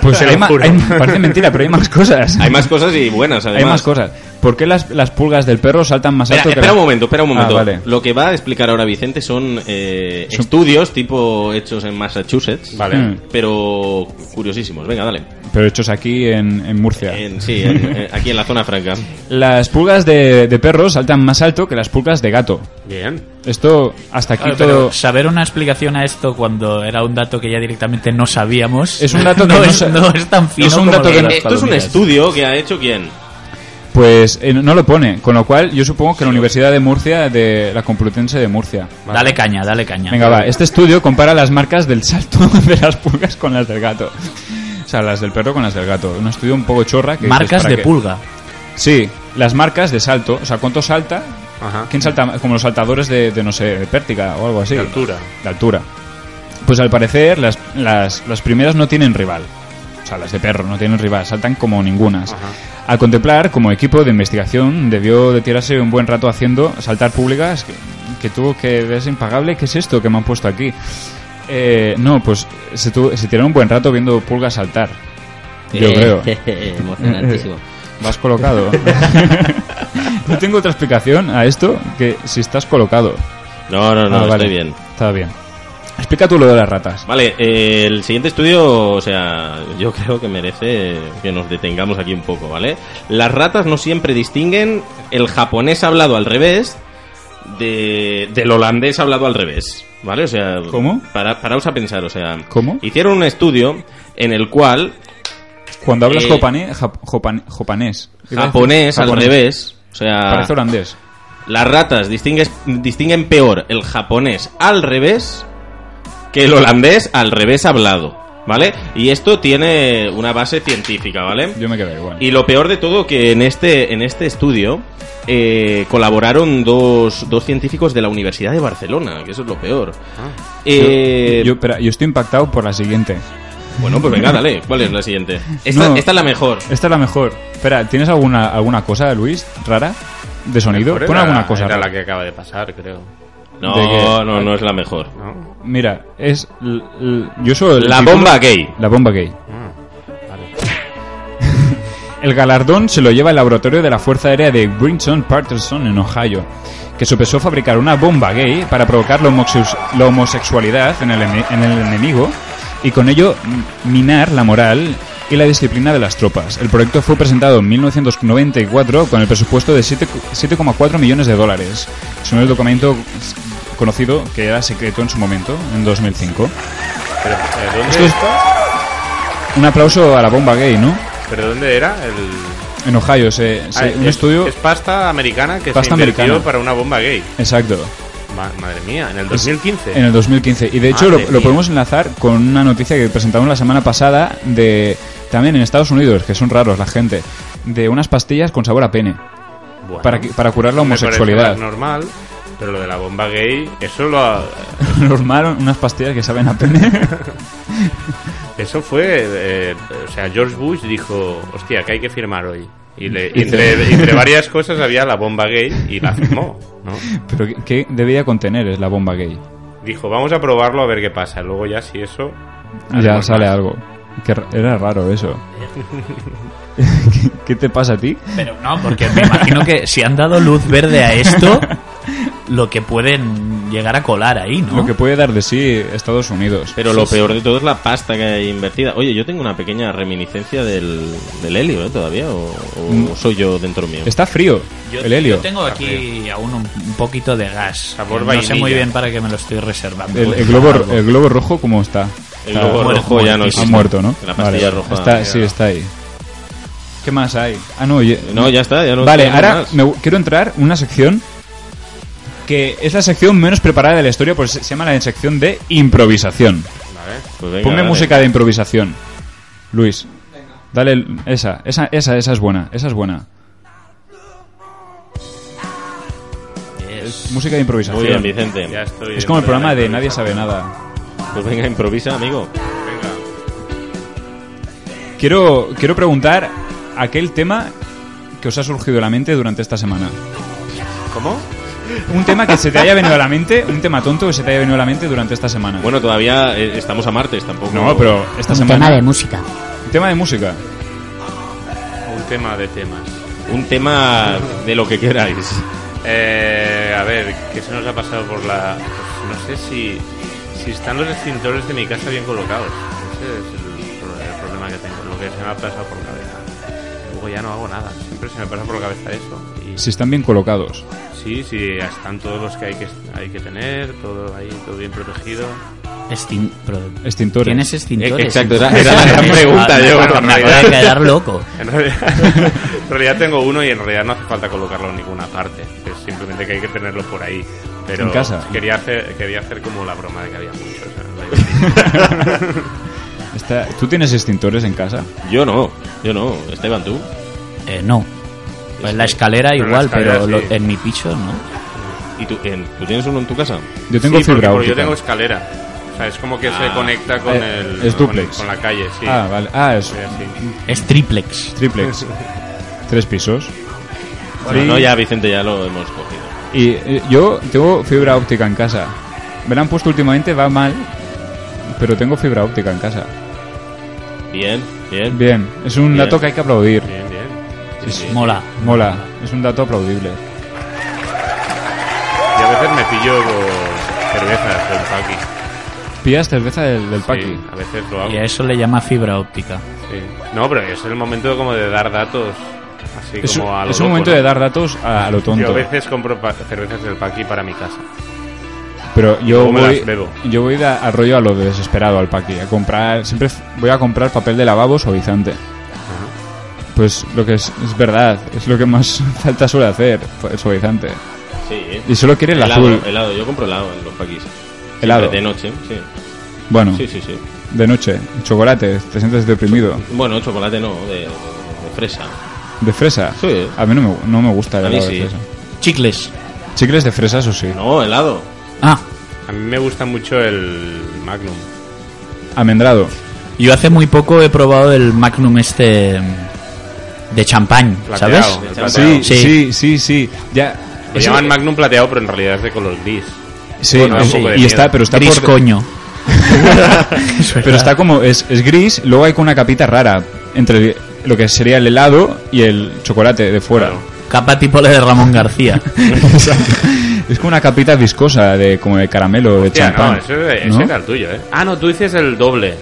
S4: Pues
S5: Te lo
S4: hay ma-
S5: juro.
S4: hay- parece mentira, pero hay más cosas.
S3: Hay más cosas y buenas, además.
S4: Hay más cosas. Por ¿Por qué las, las pulgas del perro saltan más
S3: Espera,
S4: alto que
S3: espera
S4: la-
S3: un momento, espera un momento.
S4: Ah, vale.
S3: Lo que va a explicar ahora Vicente son eh, estudios tipo hechos en Massachusetts, ¿vale?
S4: Mm.
S3: Pero curiosísimos. Venga, dale.
S4: Pero hechos aquí en, en Murcia.
S3: En- sí, en- en- aquí en la zona franca.
S4: Las pulgas de, de perro saltan más alto que las pulgas de gato.
S5: Bien.
S4: Esto, hasta aquí
S6: Claro,
S4: todo...
S6: pero saber una explicación a esto cuando era un dato que ya directamente no sabíamos.
S4: Es un dato que no
S6: es,
S4: sa-
S6: no es tan fino.
S4: es un
S6: como
S4: dato
S6: lo de
S4: que-
S6: las
S3: Eh,
S4: esto es un
S6: palomitas.
S3: Estudio que ha hecho quién?
S4: Pues eh, no lo pone, con lo cual yo supongo que la Universidad de Murcia, de la Complutense de Murcia.
S6: Dale caña, dale caña.
S4: Venga, va. Este estudio compara las marcas del salto de las pulgas con las del gato. O sea, las del perro con las del gato. Un estudio un poco chorra. Que
S6: Marcas
S4: ¿para
S6: de
S4: qué?
S6: pulga.
S4: Sí, las marcas de salto. O sea, ¿cuánto salta? ¿Quién salta? más? Como los saltadores de, de, no sé, de pértiga o algo así. De
S5: altura.
S4: De altura. Pues al parecer, las, las, las primeras no tienen rival. O sea, las de perro no tienen rival. Saltan como ningunas. Al contemplar, como equipo de investigación, debió de tirarse un buen rato haciendo saltar públicas que, que tuvo que verse impagable. ¿Qué es esto que me han puesto aquí? Eh, no, pues se, tu- se tiraron un buen rato viendo pulgas saltar. Yo
S7: Eh,
S4: creo.
S7: emocionantísimo.
S4: Vas colocado. no tengo otra explicación a esto que si estás colocado.
S3: No, no, no,
S4: Ah, vale.
S3: estoy bien.
S4: Está bien. Explica tú lo de las ratas.
S3: Vale, eh, el siguiente estudio, o sea, yo creo que merece que nos detengamos aquí un poco, ¿vale? Las ratas no siempre distinguen el japonés hablado al revés de, del holandés hablado al revés, ¿vale? O sea,
S4: ¿Cómo?
S3: Para, paraos a pensar, o sea,
S4: ¿Cómo?
S3: hicieron un estudio en el cual
S4: Cuando hablas
S3: Eh,
S4: jopané- jap- jopan- jopanés. Iba a decir
S3: japonés al
S4: japonés.
S3: revés, o sea,
S4: Parece holandés.
S3: las ratas distingues- distinguen peor el japonés al revés que el holandés al revés hablado, ¿vale? Y esto tiene una base científica, ¿vale?
S4: Yo me quedé igual.
S3: Y lo peor de todo que en este, en este estudio eh, colaboraron dos, dos científicos de la Universidad de Barcelona, que eso es lo peor. Eh,
S4: Ah. yo, yo, espera, yo estoy impactado por la siguiente.
S3: Bueno, pues venga, dale. ¿Cuál es la siguiente? Esta,
S4: No.
S3: esta es la mejor.
S4: Esta es la mejor. Espera, ¿tienes alguna, alguna cosa, Luis, rara? ¿De sonido?
S5: Mejor
S4: Pon
S5: era-
S4: alguna cosa.
S5: Era
S4: rara.
S5: la que acaba de pasar, creo.
S3: No,
S4: ¿De qué?
S3: no, no es la mejor.
S4: Mira, es. l- l- yo solo. el
S3: La
S4: título-
S3: bomba gay.
S4: La bomba gay. El galardón se lo lleva el laboratorio de la Fuerza Aérea de Brinson Patterson en Ohio, que sopesó fabricar una bomba gay para provocar la, homosex- la homosexualidad en el, ene- en el enemigo y con ello mm, minar la moral y la disciplina de las tropas. El proyecto fue presentado en 1994 con el presupuesto de 7 cu- 7,4 millones de dólares, según el documento s- conocido que era secreto en su momento, en 2005.
S5: Pero, eh,
S4: Esto
S5: ¿dónde,
S4: es- Un aplauso a la bomba gay, ¿no?
S5: pero ¿dónde era? El...
S4: En Ohio, se, se-
S5: Ah,
S4: un
S5: es,
S4: estudio...
S5: es pasta americana que
S4: Pasta
S5: se invirtió
S4: americana.
S5: para una bomba gay.
S4: Exacto.
S5: Ma- madre mía, en el
S4: Es-
S5: 2015.
S4: En el 2015. Y de hecho lo,
S5: Madre
S4: lo
S5: mía.
S4: podemos enlazar con una noticia que presentamos la semana pasada de... También en Estados Unidos, que son raros la gente, de unas pastillas con sabor a pene.
S5: Bueno.
S4: para, que- para curar la
S5: Me parece
S4: homosexualidad.
S5: más normal, pero lo de la bomba gay, eso lo ha-
S4: Normal, unas pastillas que saben a pene.
S5: eso fue, eh, o sea, George Bush dijo, hostia, que hay que firmar hoy. Y, le-
S4: Y
S5: entre,
S4: firmó.
S5: entre varias cosas había la bomba gay y la firmó, ¿no?
S4: Pero ¿qué, qué debería contener es la bomba gay?
S5: Dijo, vamos a probarlo a ver qué pasa. Luego ya si eso...
S4: Ya sale algo. Que r- era raro eso. ¿Qué- ¿Qué te pasa a ti?
S6: Pero no, porque me imagino que si han dado luz verde a esto, lo que pueden llegar a colar ahí, ¿no?
S4: Lo que puede dar de sí Estados Unidos.
S3: Pero lo peor de todo es la pasta que hay invertida. Oye, yo tengo una pequeña reminiscencia del, del helio, ¿eh? Todavía, o, o
S4: Mm.
S3: soy yo dentro mío.
S4: Está frío
S6: Yo,
S4: el helio.
S6: yo tengo aquí aún un, un poquito de gas.
S5: Sabor
S6: no sé
S5: vainilla.
S6: muy bien para qué me lo estoy reservando.
S4: El, el globo, el globo rojo, ¿cómo está?
S3: El
S4: Está-
S3: globo
S4: Muerto,
S3: rojo ya no
S4: Ha
S3: existe.
S4: muerto, ¿no?
S3: La pastilla roja.
S4: Está, sí, está ahí. ¿Qué más hay? Ah, no, oye.
S3: No, ya está, ya no
S4: Vale,
S3: tengo
S4: ahora
S3: más.
S4: me gu- quiero entrar en una sección que es la sección menos preparada de la historia, pues se se llama la sección de improvisación.
S3: Vale, pues venga,
S4: Ponme
S3: dale.
S4: música de improvisación. Luis. Dale el- esa, esa, esa, esa es buena, esa es buena. Música de improvisación.
S3: Muy bien, Vicente. Ya estoy
S4: es como el
S3: dentro de la
S4: programa de Nadie sabe nada.
S3: Pues venga, improvisa, amigo.
S4: Quiero, quiero preguntar aquel tema que os ha surgido a la mente durante esta semana.
S5: ¿Cómo?
S4: Un tema que se te haya venido a la mente, un tema tonto que se te haya venido a la mente durante esta semana.
S3: Bueno, todavía eh, estamos a martes, tampoco.
S4: No, pero esta
S10: Un
S4: semana.
S10: tema de música.
S4: Tema de música.
S5: Un tema de temas.
S3: un tema de lo que queráis.
S5: Eh, a ver, ¿qué se nos ha pasado por la...? pues no sé si, si están los extintores de mi casa bien colocados. Ese es el, pro- el problema que tengo, lo que se me ha pasado por la cabeza. Luego ya no hago nada, siempre se me pasa por la cabeza eso. Y
S4: Si están bien colocados.
S5: sí, sí, están todos los que hay que, hay que tener, todo ahí, todo bien protegido.
S6: Extin- pro-
S4: Extintores.
S6: ¿Tienes extintores?
S5: Eh, exacto, era- era la gran pregunta, yo,
S6: Me
S5: en
S6: acabo de
S5: realidad.
S6: quedar loco.
S5: En realidad, en realidad tengo uno y en realidad no hace falta colocarlo en ninguna parte. Es simplemente que hay que tenerlo por ahí. Pero
S4: En casa.
S5: Quería hacer, quería hacer como la broma de que había muchos. ¿no?
S4: Está- ¿Tú tienes extintores en casa?
S3: Yo no, yo no. Esteban, ¿tú?
S6: Eh, no. Pues la escalera
S3: Pero la
S6: igual,
S3: escalera
S6: pero lo-
S3: sí.
S6: en mi picho no.
S3: ¿Y tú, en- ¿tú tienes uno en tu casa?
S4: Yo tengo
S5: Sí, porque,
S4: fibra
S5: porque yo
S4: óptica.
S5: tengo escalera. O sea, es como que se
S3: Ah.
S5: conecta con
S4: Eh,
S5: el
S4: es
S5: con-
S4: duplex.
S5: Con, la calle, sí.
S4: Ah, vale. Ah, es,
S5: Sí, sí.
S6: Es triplex.
S4: triplex. Tres pisos.
S3: Bueno,
S4: Sí.
S3: no, ya Vicente, ya lo hemos cogido.
S4: Y eh, yo tengo fibra óptica en casa. Me la han puesto últimamente, va mal, pero tengo fibra óptica en casa.
S3: Bien, bien.
S4: Bien, es un
S3: Bien.
S4: dato que hay que aplaudir.
S5: Bien, bien. Sí,
S4: Es-
S5: sí.
S6: Mola.
S4: Mola, es un dato aplaudible.
S5: Y a veces me pillo cerveza del paqui.
S4: Pillas cerveza del, del
S5: Sí,
S4: paqui.
S5: a veces lo hago.
S6: Y a eso le llama fibra óptica.
S5: Sí. No, pero es el momento como de dar datos. Así
S4: Es,
S5: como a
S4: un-
S5: lo
S4: es un
S5: loco,
S4: momento
S5: ¿no?
S4: de dar datos a, a lo
S5: Yo a
S4: tonto.
S5: veces compro pa- cervezas del paqui para mi casa.
S4: Pero yo
S5: luego me
S4: voy,
S5: las bebo.
S4: yo voy de- al rollo a lo desesperado al paqui. A comprar, siempre f- voy a comprar papel de lavabo suavizante. Pues lo que es, es verdad, es lo que más falta suele hacer, el suavizante.
S3: Sí, eh.
S4: Y solo quiere el
S3: helado,
S4: azul.
S3: Helado, yo compro helado en los paquis.
S4: Helado. Mm.
S3: De noche, sí.
S4: Bueno,
S3: Sí, sí, sí.
S4: de noche, chocolate, te sientes deprimido.
S3: Bueno, chocolate no, de, de- de fresa.
S4: ¿De fresa?
S3: Sí.
S4: A mí no me, no me gusta el
S3: A mí
S4: helado de
S3: sí.
S4: fresa.
S6: Chicles.
S4: Chicles de fresa, eso sí.
S3: No, helado.
S6: Ah,
S5: A mí me gusta mucho el Magnum.
S4: Amendrado.
S6: yo hace muy poco he probado el Magnum este mm, de champán,
S5: Plateado.
S6: ¿sabes?
S5: El
S3: Sí,
S5: plateado.
S4: Sí, sí, sí, sí. Ya.
S5: Lo llaman Magnum plateado, pero en realidad es de color gris.
S4: Sí,
S5: Bueno,
S4: y-
S5: un poco de
S4: y está,
S5: miedo.
S4: pero está
S6: Gris
S4: por-
S6: coño.
S4: Pero está como, es, es gris, luego hay con una capita rara entre lo que sería el helado y el chocolate de fuera.
S5: Claro.
S6: Capa tipo la de Ramón García.
S4: es como una capita viscosa de como de caramelo, de
S5: Hostia,
S4: Pues champán.
S5: no, ese, ese
S4: ¿no?
S5: era el tuyo, ¿eh? Ah, no, tú dices el doble.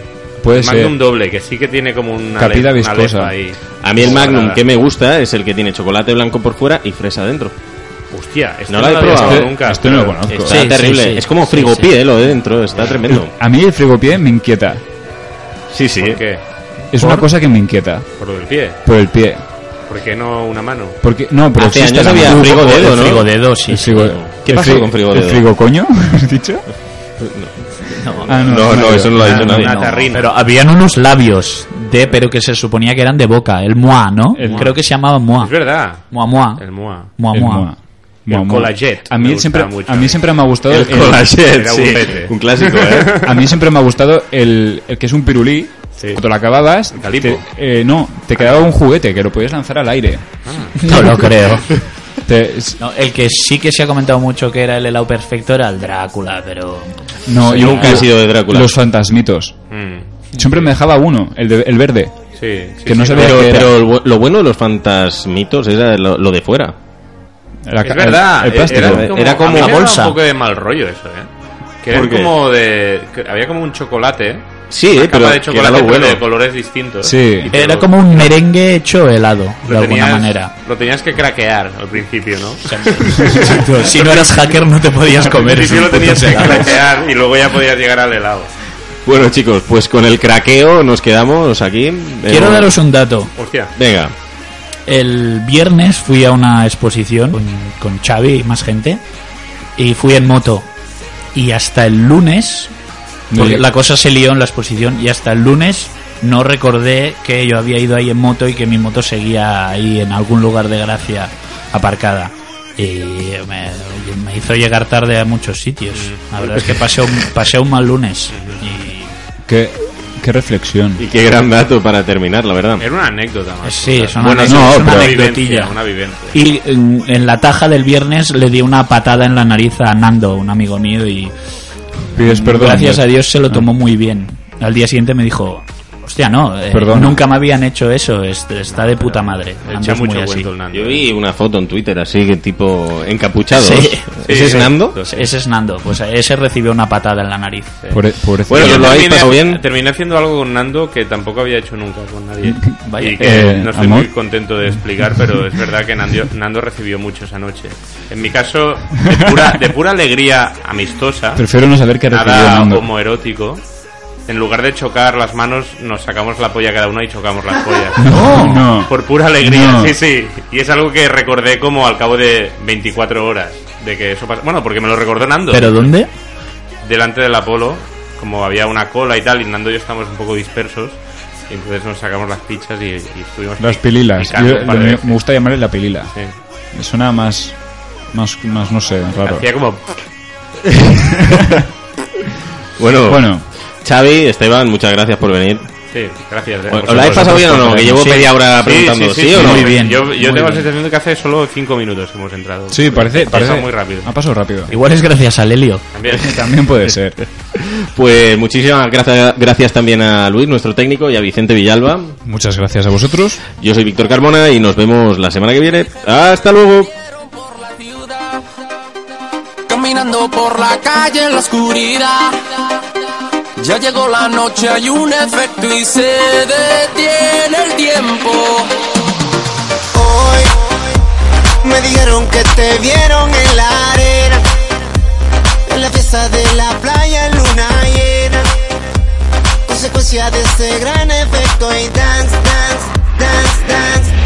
S4: Puede
S5: el Magnum
S4: ser.
S5: doble, que sí que tiene como una
S4: Capita
S5: ale- una
S4: viscosa.
S5: alefa ahí.
S3: A mí el
S5: Como
S3: Magnum
S5: rara.
S3: que me gusta es el que tiene chocolate blanco por fuera y fresa dentro.
S5: Hostia, este
S3: No
S5: no,
S3: lo
S5: lo
S3: he
S5: he probado
S3: probado.
S5: nunca.
S4: Este no lo
S5: pero-
S4: conozco.
S3: Está
S6: Sí,
S3: terrible.
S6: sí, sí.
S3: Es como
S6: Sí,
S3: frigopié,
S6: sí.
S3: eh, lo de dentro. Está tremendo.
S4: A mí el frigopié me inquieta.
S3: Sí, sí.
S5: ¿Por qué?
S4: Es una cosa que me inquieta.
S5: Por lo del pie.
S4: Por el pie.
S5: ¿Por qué no una mano?
S4: Porque, no, pero
S3: Hace
S4: existe
S3: años
S4: la-
S3: Este había
S4: el
S3: frigo
S4: frigo-
S3: dedo,
S6: El
S3: ¿no?
S6: frigodedo, sí.
S4: el
S6: sí.
S4: frigo-
S3: ¿Qué
S4: el
S3: pasó
S4: fri-
S3: con frigo
S4: ¿El
S3: dedo?
S4: frigo coño? ¿Has dicho? Ah,
S3: No, no,
S4: yo.
S3: eso no lo ha dicho
S5: Una-
S3: nadie.
S5: una tarrina.
S6: Pero habían unos labios de, pero que se suponía que eran de boca. El moa, ¿no?
S4: El-
S6: Creo que se llamaba moa.
S5: Es verdad.
S6: Moa moa.
S5: El Mua.
S6: Moa
S4: El
S6: moa.
S4: Moa.
S5: El
S4: Moa, Moa.
S5: Colajet
S4: A
S5: me
S4: mí,
S5: gusta
S4: siempre,
S5: mucho
S4: a
S5: a
S4: mí
S5: mí.
S4: siempre me ha gustado.
S3: El
S4: el-
S3: collaget,
S5: Ah, Era
S3: sí.
S5: bufete.
S3: Un clásico, ¿eh?
S4: a mí siempre me ha gustado el, el que es un pirulí.
S5: Sí.
S4: Cuando lo acababas.
S5: calipo.
S4: te- eh, no, te quedaba un juguete que lo podías lanzar al aire.
S3: Ah.
S6: No lo creo.
S4: Te- s-
S6: No, el que sí que se ha comentado mucho que era el helado perfecto era el Drácula, pero.
S4: no,
S3: Yo nunca he sido de Drácula.
S4: Los fantasmitos.
S5: Mm,
S4: Siempre me dejaba uno, el, de- el verde.
S5: Sí, sí,
S4: Que no
S5: sí.
S4: se ve-
S3: Pero,
S4: que era-
S3: pero lo bu- lo bueno de los fantasmitos era lo, lo de fuera.
S4: La
S5: Es
S4: ca-
S5: verdad. eh,
S4: El, el plástico.
S5: Era como,
S3: Era como
S5: a mí me
S3: una
S5: daba
S3: bolsa.
S5: un poco de mal rollo eso, ¿eh? Que
S3: ¿Por
S5: era
S3: qué?
S5: como de... que había como un chocolate.
S3: Sí,
S5: una
S3: eh, pero
S5: capa de
S3: que era
S5: chocolate
S3: lo
S5: pero
S3: bueno.
S5: de colores distintos.
S4: Sí.
S5: Y te
S6: Era
S5: lo-
S6: como un merengue hecho helado, de alguna manera.
S5: Lo tenías que craquear al principio, ¿no? Al
S6: si no eras hacker, no te podías comer.
S5: principio
S6: esos
S5: lo tenías
S6: putos
S5: que
S6: helados.
S5: craquear y luego ya podías llegar al helado.
S3: Bueno, chicos, pues con el craqueo nos quedamos aquí.
S6: Quiero daros un dato.
S5: Hostia.
S3: Venga.
S6: El viernes fui a una exposición con, con Xavi y más gente y fui en moto. Y hasta el lunes, porque
S4: Sí.
S6: la cosa se lió en la exposición, y hasta el lunes no recordé que yo había ido ahí en moto y que mi moto seguía ahí en algún lugar de gracia aparcada. Y me, me hizo llegar tarde a muchos sitios. La verdad es que pasé un, pasé un mal lunes. Y,
S4: Qué, qué reflexión.
S3: Y qué gran dato para terminar, la verdad.
S5: Era una anécdota más.
S6: sí, es una,
S4: Bueno,
S6: es
S4: no,
S6: una
S4: pero-
S6: anecdotilla.
S5: vivencia, una vivencia.
S6: Y en, en la taja del viernes le di una patada en la nariz a Nando, un amigo mío, y
S4: Pides perdón. Ah.
S6: gracias
S4: ¿no?
S6: a Dios se lo tomó muy bien. Al día siguiente me dijo, Hostia, no. eh,
S3: Perdona.
S6: nunca me habían hecho eso. es- Está de puta madre. Andas
S5: Echa
S6: muy
S5: mucho
S6: así.
S5: cuento el Nando. ¿eh?
S3: Yo vi una foto en Twitter así, que tipo encapuchado.
S6: Sí.
S3: ¿Ese es Nando?
S6: Ese es Nando. Pues ese recibió una patada en la nariz.
S3: Pobre- pobrecito. Bueno, pues lo habéis pasado bien.
S5: Terminé haciendo algo con Nando que tampoco había hecho nunca con nadie.
S6: Vaya.
S5: Y que
S4: Eh,
S5: no estoy
S4: amor.
S5: muy contento de explicar, pero es verdad que Nando, Nando recibió mucho esa noche. En mi caso, de pura, de pura alegría amistosa.
S4: Prefiero no saber qué
S5: nada
S4: recibió Nando.
S5: como erótico. En lugar de chocar las manos, nos sacamos la polla cada uno y chocamos las pollas.
S4: No. No.
S5: Por pura alegría,
S4: No.
S5: sí, sí. Y es algo que recordé como al cabo de 24 horas. De que eso pasa. Bueno, porque me lo recordó Nando
S6: ¿Pero dónde?
S5: delante del Apolo, como había una cola y tal, y Nando y yo estábamos un poco dispersos, y entonces nos sacamos las pichas y, y estuvimos...
S4: Las
S5: pic-
S4: pililas.
S5: picando
S4: Yo-
S5: un par
S4: lo
S5: de
S4: mío-
S5: veces.
S4: me gusta llamarle la pilila.
S5: Sí.
S4: Me suena más, más, más, no sé, raro.
S5: Hacía como...
S3: Bueno,
S4: Bueno.
S3: Xavi, Esteban, muchas gracias por venir.
S5: Sí, gracias. eh,
S3: Bueno,
S5: por
S3: ¿lo habéis
S5: supuesto.
S3: pasado bien o no? Que llevo
S5: Sí.
S3: media hora preguntando, ¿sí o no? Muy bien,
S5: Yo, yo
S3: muy
S5: tengo
S3: bien.
S5: la sensación de que hace solo 5 minutos que hemos entrado.
S4: Sí, parece,
S5: Pasa
S4: parece Ah,
S5: muy rápido.
S4: Ha pasado rápido.
S6: Igual es gracias a Lelio.
S5: También.
S4: También puede ser.
S3: Pues muchísimas gracias, gracias también a Luis, nuestro técnico, y a Vicente Villalba.
S4: Muchas gracias a vosotros.
S3: Yo soy Víctor Carmona y nos vemos la semana que viene. ¡Hasta luego!
S7: Caminando por la calle en la oscuridad. Ya llegó la noche, hay un efecto y se detiene el tiempo.
S13: Hoy me dijeron que te vieron en la arena, en la fiesta de la playa en luna llena. este Consecuencia de ese gran efecto y dance, dance, dance, dance.